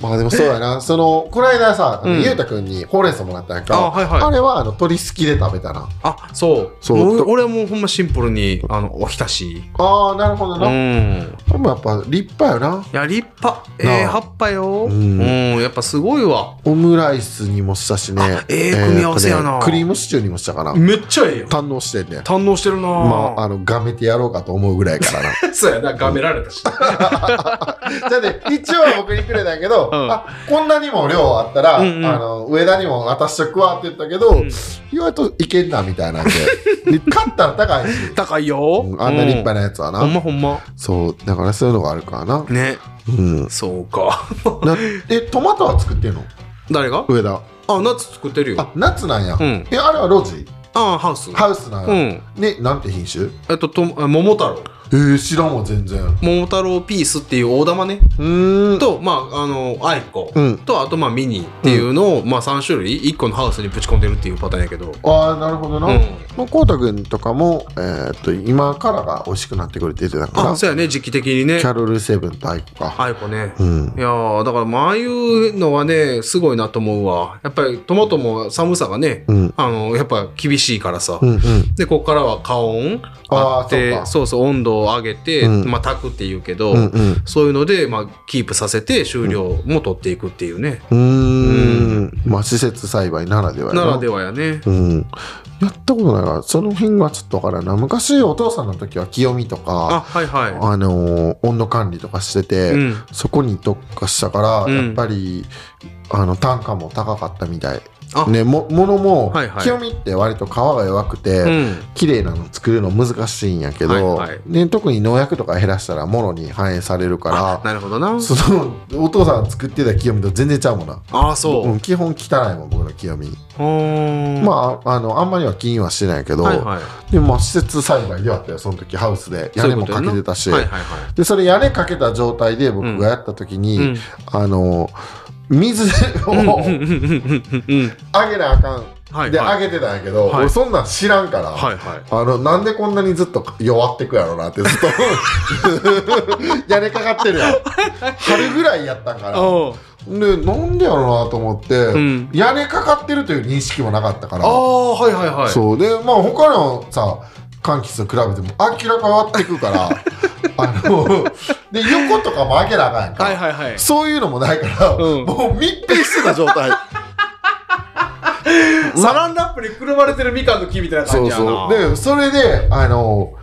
Speaker 1: まあでもそうやなそのこの間さ、あの
Speaker 2: うん
Speaker 1: ゆうたくんにほうれん草もらったやんか
Speaker 2: あはいはい
Speaker 1: あれはあの鶏好きで食べたな
Speaker 2: あそう
Speaker 1: そう
Speaker 2: も
Speaker 1: と
Speaker 2: 俺はもうほんまシンプルにあのおひたし
Speaker 1: ああなるほど
Speaker 2: う
Speaker 1: な、
Speaker 2: ん
Speaker 1: でもやっぱ立派よない
Speaker 2: や立派え
Speaker 1: な
Speaker 2: え
Speaker 1: あ
Speaker 2: 葉っぱ
Speaker 1: う
Speaker 2: ようんんやっぱすごいわ
Speaker 1: オムライスにもしたしね
Speaker 2: あええ組み合わせやな
Speaker 1: えーとねクリームシチューにもしたから
Speaker 2: めっちゃええよ
Speaker 1: 堪能してんねん
Speaker 2: 堪能してるな
Speaker 1: まあ、あの、がめてやろうかと思うぐらいからな。
Speaker 2: [LAUGHS] そうやながめられたし
Speaker 1: だって、一応は僕にくれたんやけど、
Speaker 2: うん
Speaker 1: あ、こんなにも量あったら、
Speaker 2: うんうん
Speaker 1: あの、上田にも渡しとくわって言ったけど、
Speaker 2: ん
Speaker 1: 意外といけんな、みたいなんで。
Speaker 2: [LAUGHS]
Speaker 1: で、勝ったら [LAUGHS] 高いし、
Speaker 2: 高いよ
Speaker 1: うんあんな立派なやつはな。
Speaker 2: うんほんまほんま
Speaker 1: そう、だからそういうのがあるからな。
Speaker 2: ね
Speaker 1: うん。
Speaker 2: そうか
Speaker 1: なえ、トマトは作ってんの
Speaker 2: 誰が
Speaker 1: 上田。
Speaker 2: あナッツ作ってるよ
Speaker 1: あ、ナッツなんや。
Speaker 2: うん
Speaker 1: え、あれはロジ
Speaker 2: あハウス
Speaker 1: ハウスなん
Speaker 2: う
Speaker 1: や。
Speaker 2: ん
Speaker 1: ね、なんて品種
Speaker 2: えっとと桃太郎
Speaker 1: えー、知らんわ、全然。
Speaker 2: 桃太郎ピースっていう大玉ね
Speaker 1: うーん。
Speaker 2: とまああのアイコ
Speaker 1: うん。
Speaker 2: とあとまあミニっていうのをまあ3種類1個のハウスにぶち込んでるっていうパターンやけど
Speaker 1: ああ、なるほどな。
Speaker 2: うん
Speaker 1: もうこうたくんとかも、えーっと今からが美味しくなってくれてたから
Speaker 2: あ
Speaker 1: キ
Speaker 2: そうやね時期的にね
Speaker 1: ャロルセブンとアイコか、
Speaker 2: アイコね
Speaker 1: うん
Speaker 2: い、やーだからまあああいうのはねすごいなと思うわやっぱりトマトも寒さがね
Speaker 1: うん
Speaker 2: あのやっぱ厳しいからさ、
Speaker 1: うんうん
Speaker 2: でここからは加温
Speaker 1: あー
Speaker 2: あって
Speaker 1: そう
Speaker 2: そ
Speaker 1: か
Speaker 2: うそう温度を上げて、
Speaker 1: うん
Speaker 2: まあ炊くっていうけど、
Speaker 1: うんうん
Speaker 2: そういうので、まあ、キープさせて終了も取っていくっていうね、
Speaker 1: うーんまあ施設栽培ならではや
Speaker 2: ならで
Speaker 1: は
Speaker 2: はやね
Speaker 1: うんやったことないからその辺はちょっとわからんな昔お父さんの時は清見と
Speaker 2: あ
Speaker 1: か
Speaker 2: はいはい
Speaker 1: あのー温度管理とかしてて、
Speaker 2: うん、
Speaker 1: そこに特化したから、
Speaker 2: うん
Speaker 1: やっぱりあの単価も高かったみたい
Speaker 2: あ
Speaker 1: ねもものも、
Speaker 2: はいはい
Speaker 1: 清見って割と皮が弱くて、
Speaker 2: うん、
Speaker 1: 綺麗なの作るの難しいんやけど、
Speaker 2: はいはい
Speaker 1: ね、特に農薬とか減らしたらもろに反映される
Speaker 2: あ
Speaker 1: か
Speaker 2: なるほどな
Speaker 1: らそのお父さんが作ってた清見と全然ちゃうもんな
Speaker 2: ああそう、
Speaker 1: ん基本汚いもん僕の清見、
Speaker 2: うん、
Speaker 1: まああのあんまりは気にはしてないけど、
Speaker 2: はいはい
Speaker 1: でもまあ施設栽培ではあったよその時ハウスで屋根もかけてたし
Speaker 2: はいはいは
Speaker 1: でそれ屋根かけた状態で僕がやった時に、
Speaker 2: いうん
Speaker 1: あの水を
Speaker 2: うん
Speaker 1: あ
Speaker 2: うんうんうんうんうん
Speaker 1: げなあかん、
Speaker 2: はい
Speaker 1: で
Speaker 2: は
Speaker 1: あ
Speaker 2: い
Speaker 1: げてたんやけど、
Speaker 2: はい
Speaker 1: 俺そんなん知らんから、
Speaker 2: はいはい
Speaker 1: あの、なんでこんなにずっと弱ってくやろなってずっと
Speaker 2: [LAUGHS]
Speaker 1: やれかかってるやん。春ぐらいやったんから。
Speaker 2: おう
Speaker 1: で、なんでやろうなと思って、
Speaker 2: ん
Speaker 1: やれかかってるという認識もなかったか
Speaker 2: あ
Speaker 1: ら。
Speaker 2: あはいはいはい
Speaker 1: そう。で、まあ他のさ、柑橘と比べても明らか変わってく
Speaker 2: [LAUGHS]
Speaker 1: から、あの、で、横とかも明らかやんか。
Speaker 2: はいはいはい
Speaker 1: そういうのもないから、
Speaker 2: うん
Speaker 1: もう密閉してた状態。
Speaker 2: [LAUGHS] サランラップにくるまれてるみかんの木みたいな
Speaker 1: そ
Speaker 2: 感
Speaker 1: う
Speaker 2: じやな
Speaker 1: そう。で、それで、あの、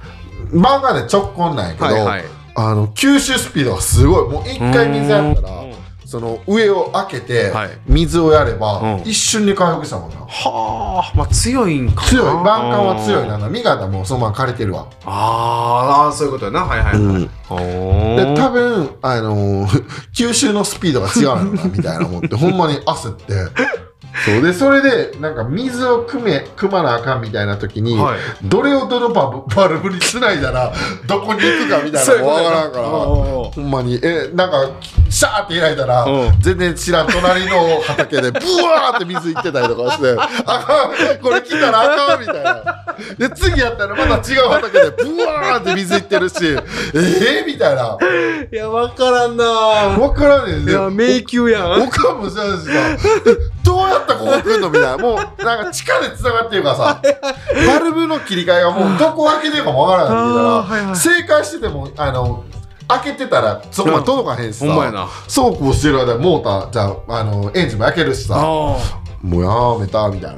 Speaker 1: 漫画で直根なんやけど、
Speaker 2: はいはい
Speaker 1: あの吸収スピードがすごいもう一回水やったら
Speaker 2: うん
Speaker 1: その上を開けて
Speaker 2: はい
Speaker 1: 水をやれば
Speaker 2: うん
Speaker 1: 一瞬で回復したもんな、
Speaker 2: はあまあ強いんかな
Speaker 1: 強い万感は強いな身がもうそのまま枯れてるわ、
Speaker 2: あーあーそういうことやなはいはいはい、
Speaker 1: うんで
Speaker 2: おー
Speaker 1: 多分あの [LAUGHS] ー吸収のスピードが違うのかなみたいな思ってほんまに焦ってそうでそれでなんか水を汲め汲まなあかんみたいな時に、
Speaker 2: はい
Speaker 1: どれをどのバブバルブにつないだらどこに行くかみたいなのもわからんから。
Speaker 2: おー
Speaker 1: ほんまにえなんかシャーって開いたら
Speaker 2: うん
Speaker 1: 全然知らん隣の畑でブワーって水いってたりとかしてあかんこれ来たらあかんみたいなで次やったらまた違う畑でブワーって水いってるしええみたいない
Speaker 2: やわからんな
Speaker 1: 分からんねん
Speaker 2: いや迷宮やん
Speaker 1: 岡もそうですよえどうやったらここ来んのみたいなもうなんか地下でつながってるからさバルブの切り替えがもうどこ開けてるかもわからないんだ
Speaker 2: あーはい
Speaker 1: から
Speaker 2: はい
Speaker 1: 正解しててもあの開けてたらそこまで届かへんしさ、
Speaker 2: うんほんまやな
Speaker 1: そうこうしてる間モーターじゃああのエンジンも開けるしさ
Speaker 2: あ
Speaker 1: もうやめたみたいな
Speaker 2: ー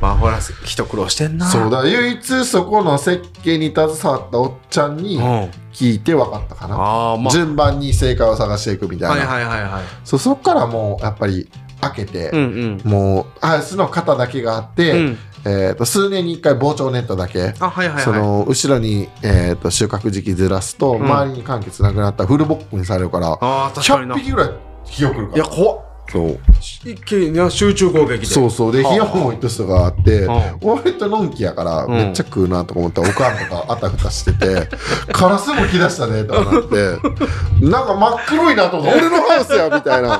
Speaker 2: まあほら一苦労してんな
Speaker 1: そうだ唯一そこの設計に携わったおっちゃんに
Speaker 2: うん
Speaker 1: 聞いて分かったかな、
Speaker 2: ああまあ
Speaker 1: 順番に正解を探していくみたいな、
Speaker 2: はいはいはいはい
Speaker 1: そうそっからもうやっぱり開けて、
Speaker 2: うんうん
Speaker 1: もうハウスの肩だけがあって、
Speaker 2: うん
Speaker 1: えー、と数年に一回膨張ネットだけ、
Speaker 2: あはいはいはい
Speaker 1: その後ろに、えー、と収穫時期ずらすと、
Speaker 2: ん
Speaker 1: 周りに完結なくなったらフルボッコにされるから
Speaker 2: あー確か
Speaker 1: 100
Speaker 2: にな
Speaker 1: 匹ぐらい火をくるか
Speaker 2: いや
Speaker 1: ら
Speaker 2: 怖っ
Speaker 1: そう
Speaker 2: 一気にな集中攻撃で
Speaker 1: そうそうで
Speaker 2: はあ
Speaker 1: 火をもいと人があって
Speaker 2: は
Speaker 1: 割とのんきやから
Speaker 2: うん
Speaker 1: めっちゃ食うなとか思ったらおかん
Speaker 2: [LAUGHS]
Speaker 1: とかあたふたしててカラスも来だしたねとかなってなんか真っ黒いなとか俺のハウスやみたい
Speaker 2: [LAUGHS]
Speaker 1: な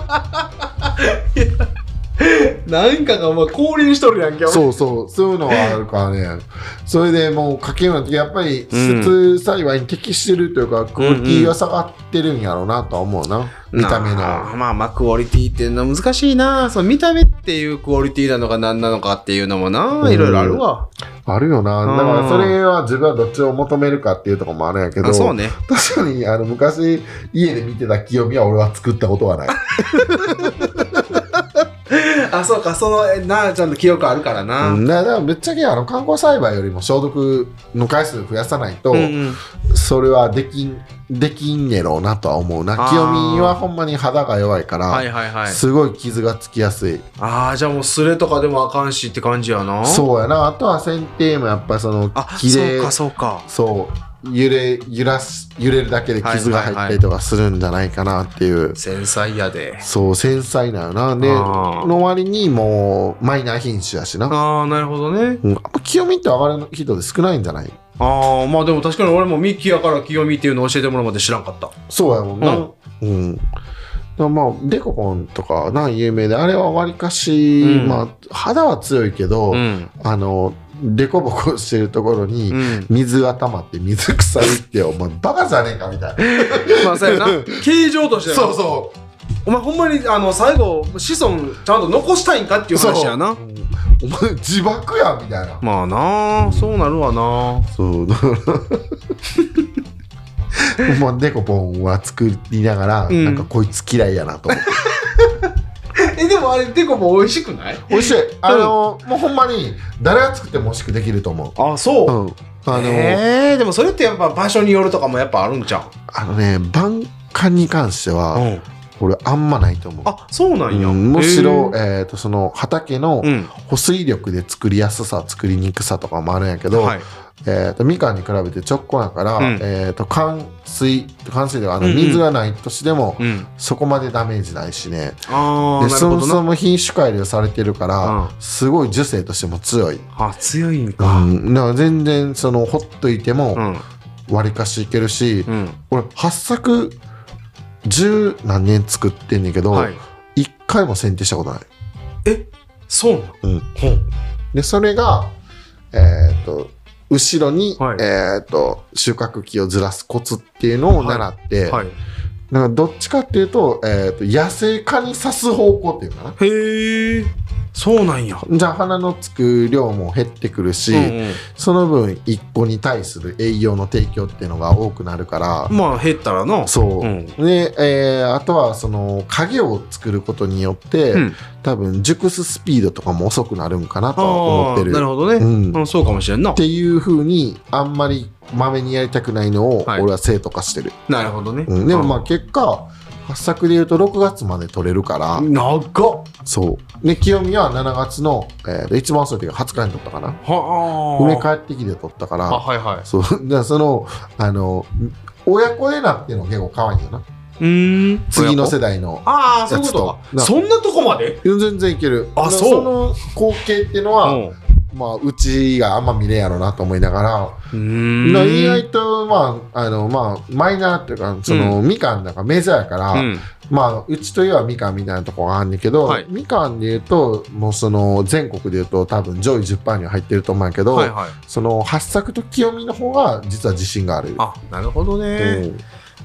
Speaker 3: なんかがお前降臨しとるやんけ
Speaker 1: そうそうそういうのはあるからねそれでもう家計なんてやっぱり施設幸いに適してるというかクオリティが下がってるんやろうなとは思うな見た目の。
Speaker 2: なあまあまあクオリティっていうのは難しいなその見た目っていうクオリティなのか何なのかっていうのもな
Speaker 1: うん
Speaker 2: いろいろあるわ
Speaker 1: あるよな。
Speaker 2: うん
Speaker 1: だからそれは自分はどっちを求めるかっていうところもあるんやけど、
Speaker 2: あそうね
Speaker 1: 確かにあの昔家で見てた清美は俺は作ったことはない。
Speaker 2: [LAUGHS] あそうかそのえなあちゃんの記憶あるからな
Speaker 1: うんだだからぶっちゃけあの観光栽培よりも消毒の回数増やさないと、
Speaker 2: うんうん
Speaker 1: それはできん、できんねろうなとは思うな。
Speaker 2: あー
Speaker 1: 清美はほんまに肌が弱いから、
Speaker 2: はいはいはい
Speaker 1: すごい傷がつきやすい。
Speaker 2: ああじゃあもうスレとかでもあかんしって感じやなう
Speaker 1: そうやな。あとは剪定もやっぱりその
Speaker 2: あ
Speaker 1: 木
Speaker 2: そう
Speaker 1: で
Speaker 2: か、そうか
Speaker 1: そう、揺れ、揺らす、揺れるだけで傷が入ったりとかするんじゃないかなっていう。
Speaker 2: 繊細やで
Speaker 1: そう繊細なよなで
Speaker 2: あー
Speaker 1: の割にもうマイナー品種やしな、
Speaker 2: ああなるほどね
Speaker 1: うん、あんま清見って分かる人で少ないんじゃない
Speaker 2: ああまあでも確かに俺もミッキーやから清美っていうのを教えてもらうまで知らんかった
Speaker 1: そうやもん
Speaker 2: な
Speaker 1: なうん、だからまあデコポンとかな有名であれはわりかし、
Speaker 2: うん
Speaker 1: まあ肌は強いけど、
Speaker 2: うん
Speaker 1: あのデコボコしてるところに、
Speaker 2: うん
Speaker 1: 水が溜まって水臭いってお前バカじゃねえかみたい
Speaker 2: [LAUGHS]
Speaker 1: な
Speaker 2: まあそうやな形状としては
Speaker 1: そうそ
Speaker 2: お前ほんまにあの最後子孫ちゃんと残したいんかっていうう話やな
Speaker 1: そううんお前自爆やみたいな
Speaker 2: まあなあそうなるわな
Speaker 1: そう [LAUGHS] だから。もうデコポンは作りながら、
Speaker 2: うん
Speaker 1: なんかこいつ嫌いやなと思って。
Speaker 3: えでもあれデコも美味しくない
Speaker 1: 美味しい。あの、もうほんまに誰が作っても美味しくできると思う。
Speaker 2: あそう
Speaker 1: うん。あの、
Speaker 2: えーでもそれってやっぱ場所によるとかもやっぱあるんじゃん
Speaker 1: あのね、晩柑に関しては、
Speaker 2: うん
Speaker 1: 俺あんまないと思う。
Speaker 2: あそうなんや、
Speaker 1: うんむしろ、
Speaker 2: えー
Speaker 1: えーとその畑の
Speaker 2: うん
Speaker 1: 保水力で作りやすさ、作りにくさとかもあるんやけど、
Speaker 2: はい、
Speaker 1: えー、とみかんに比べて直行やから、
Speaker 2: うん
Speaker 1: えー、と冠水冠水ではあの
Speaker 2: うんうん
Speaker 1: 水がない年でも、
Speaker 2: うん、
Speaker 1: そこまでダメージないしね
Speaker 2: ああ
Speaker 1: で
Speaker 2: なる
Speaker 1: そ
Speaker 2: ほ
Speaker 1: も
Speaker 2: どな
Speaker 1: そも品種改良されてるから、
Speaker 2: うん
Speaker 1: すごい樹勢としても強い、う
Speaker 2: あ強いんか
Speaker 1: ん、だから全然そのほっといて
Speaker 2: う
Speaker 1: も
Speaker 2: ん
Speaker 1: 割りかしいけるし、
Speaker 2: うん
Speaker 1: 俺8作十何年作ってんねんけど、
Speaker 2: はい
Speaker 1: 一回も剪定したことない、
Speaker 2: そうなん
Speaker 1: うん、でそれがえっ、と後ろに、
Speaker 2: はい
Speaker 1: えっ、と収穫期をずらすコツっていうのを習って、
Speaker 2: はい
Speaker 1: なんかどっちかっていうと,、えー、と野生化に刺す方向っていうのかな
Speaker 2: へえそうなんや
Speaker 1: じゃあ花のつく量も減ってくるし、
Speaker 2: うん
Speaker 1: その分1個に対する栄養の提供っていうのが多くなるから
Speaker 2: うん、まあ減ったらな
Speaker 1: そう、
Speaker 2: うん
Speaker 1: で、えーあとはその影を作ることによって、
Speaker 2: うん
Speaker 1: 多分熟すスピードとかも遅くなるんかなとは思
Speaker 2: あ
Speaker 1: って
Speaker 2: あ
Speaker 1: る。
Speaker 2: なるほどね、
Speaker 1: うん
Speaker 2: うん、そうかもしれんな
Speaker 1: っていうふうにあんまりまめにやりたくないのを
Speaker 2: はい
Speaker 1: 俺は生徒化してる、
Speaker 2: なるほどね、
Speaker 1: うんでもまあ結果発作でいうと6月まで取れるから、
Speaker 2: 長っ
Speaker 1: そうで清美は7月の、えー一番遅い時が20日に取ったかな
Speaker 2: はあ
Speaker 1: 梅帰ってきて取ったから
Speaker 2: あはいはい
Speaker 1: そう、だからその、あの、親子でなっていうの結構可愛いよな。
Speaker 2: うーん
Speaker 1: 次の世代の。
Speaker 2: ああそういうこと
Speaker 1: やつと
Speaker 2: か
Speaker 1: な
Speaker 2: そんなとこまで
Speaker 1: 全然いける。
Speaker 2: あ
Speaker 1: だから
Speaker 2: そう
Speaker 1: の光景っていうのは、まあ、うちがあんま見れんやろなと思いながら、
Speaker 2: うん
Speaker 1: だから意外と、まあ、あの、まあ、マイナーっていうか、その、みかんなんかメジャーやから、
Speaker 2: うん
Speaker 1: まあ、うちといえばみかんみたいなとこがあんねんけど、
Speaker 2: はい
Speaker 1: みかんで言うと、もうその、全国で言うと多分上位10%には入ってると思うんやけど、
Speaker 2: はいはい
Speaker 1: その、八作と清見の方が実は自信がある。
Speaker 2: あなるほど
Speaker 1: う
Speaker 2: ね
Speaker 1: ん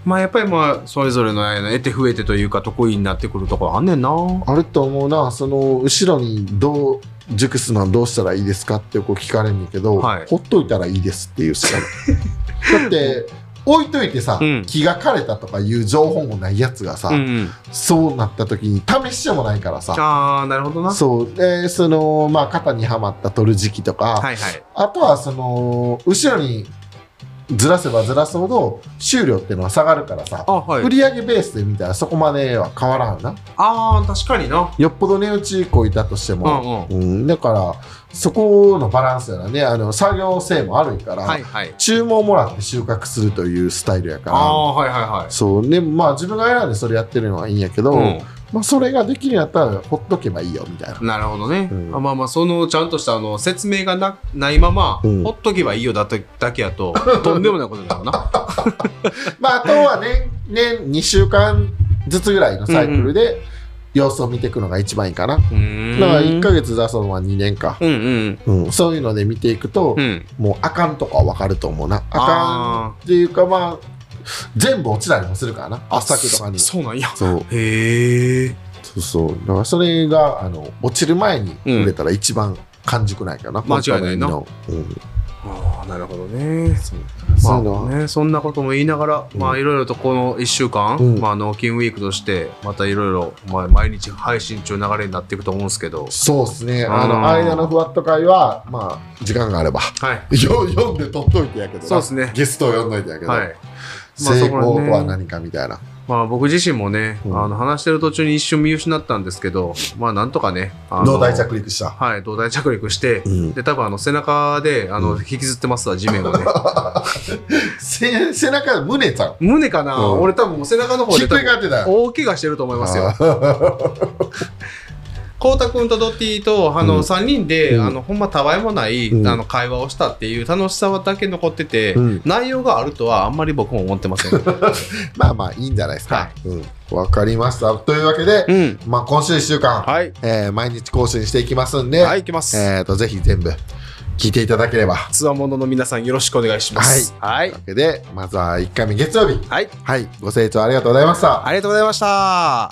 Speaker 2: まあやっぱりまあそれぞれのあの得て増えてというか得意になってくるところあんねんな
Speaker 1: あると思うなその後ろにどう熟すのはどうしたらいいですかってこう聞かれるんだけど、
Speaker 2: はい
Speaker 1: ほっといたらいいですっていうしかない [LAUGHS] だって置いといてさ、
Speaker 2: うん
Speaker 1: 気が枯れたとかいう情報もないやつがさ、
Speaker 2: うんうん
Speaker 1: そうなった時に試してもないからさ
Speaker 2: ああなるほどな
Speaker 1: そうでそのまあ肩にはまった取る時期とか、
Speaker 2: はいはい
Speaker 1: あとはその後ろにずらせばずらすほど収量ってのは下がるからさ、
Speaker 2: あは
Speaker 1: 売り上げベースで見たらそこまでは変わらんな
Speaker 2: ああ確かにな
Speaker 1: よっぽど値打ちこいたとしても、
Speaker 2: んうん
Speaker 1: うん、だからそこのバランスやらねあの作業性もあるから、
Speaker 2: はいはい
Speaker 1: 注文もらって収穫するというスタイルやから
Speaker 2: ああはいはいは
Speaker 1: そうねまあ自分が選んでそれやってるのはいいんやけど、
Speaker 2: い
Speaker 1: まあ、それができるんやったらほっとけばいいよみたいな
Speaker 2: うんなるほどね、
Speaker 1: うん
Speaker 2: あまあまあそのちゃんとしたあの説明がなないまま、
Speaker 1: うん
Speaker 2: ほっとけばいいよだとだけやと [LAUGHS] とんでもないことになるな
Speaker 1: [LAUGHS] まああとは年年2週間ずつぐらいのサイクルで様子を見ていくのが一番いいかな、
Speaker 2: うーん
Speaker 1: だから1ヶ月出すのは2年か、
Speaker 2: うんうん
Speaker 1: うん、そういうので見ていくと、
Speaker 2: うん
Speaker 1: もうあかんとかは分かると思うなあ
Speaker 2: あ
Speaker 1: かんっていうかまあ全部落ちたりもするからな圧作とかに
Speaker 2: そそうなんや
Speaker 1: そう
Speaker 2: へえ
Speaker 1: そうそうだからそれがあの落ちる前に売れたら一番完熟ないかな、
Speaker 2: 間違いないな
Speaker 1: 本当の意味のうん
Speaker 2: ああなるほどね
Speaker 1: そうそういうのは
Speaker 2: まあね、そんなことも言いながら、
Speaker 1: うん
Speaker 2: まあいろいろとこの1週間、
Speaker 1: うん
Speaker 2: まあ、納金ウィークとしてまたいろいろまあ毎日配信中流れになっていくと思うんですけど
Speaker 1: そうですね。
Speaker 2: あー
Speaker 1: あの、間のふわっと会は、まあ、時間があれば。 [LAUGHS]
Speaker 2: はい
Speaker 1: よ読んで取っといてやけどな
Speaker 2: そうですね
Speaker 1: ゲストを読んどいてやけど。
Speaker 2: はい
Speaker 1: 成功と
Speaker 2: まあ
Speaker 1: は
Speaker 2: そこらね
Speaker 1: 何かみたいな。
Speaker 2: まあ僕自身もね、
Speaker 1: うん
Speaker 2: あの話してる途中に一瞬見失ったんですけどまあなんとかねあの
Speaker 1: 脳大着陸した。
Speaker 2: はい胴体着陸して、
Speaker 1: うん
Speaker 2: で多分あの背中であの
Speaker 1: うん
Speaker 2: 引きずってますわ地面をね
Speaker 1: せ背中、胸ちゃん。
Speaker 2: 胸かな、
Speaker 1: うん
Speaker 2: 俺多分もう背中の方
Speaker 1: ひ
Speaker 2: で
Speaker 1: っ
Speaker 2: 多
Speaker 1: くり
Speaker 2: 分
Speaker 1: 返ってた。
Speaker 2: 大怪我してると思いますよ
Speaker 1: あー
Speaker 2: コウタ君とドッティとあ
Speaker 1: うん
Speaker 2: の3人で、
Speaker 1: うん
Speaker 2: あのほんまたわいもない、
Speaker 1: うん
Speaker 2: あの会話をしたっていう楽しさだけ残ってて、
Speaker 1: うん
Speaker 2: 内容があるとはあんまり僕も思ってません。
Speaker 1: まあまあ、いいんじゃないです
Speaker 2: は
Speaker 1: か。うん。わかりました。と [LAUGHS] いうわけで、
Speaker 2: うん、
Speaker 1: まあ、今週1週間、
Speaker 2: はい、
Speaker 1: えー毎日更新していきますんで、
Speaker 2: はい、いきます。
Speaker 1: えっと、ぜひ全部聞いていただければ。
Speaker 2: つわものの皆さんよろしくお願いします。はい、
Speaker 1: というわけで、まずは1回目月曜日。
Speaker 2: はい、
Speaker 1: はい。ご清聴ありがとうございました。
Speaker 2: ありがとうございました。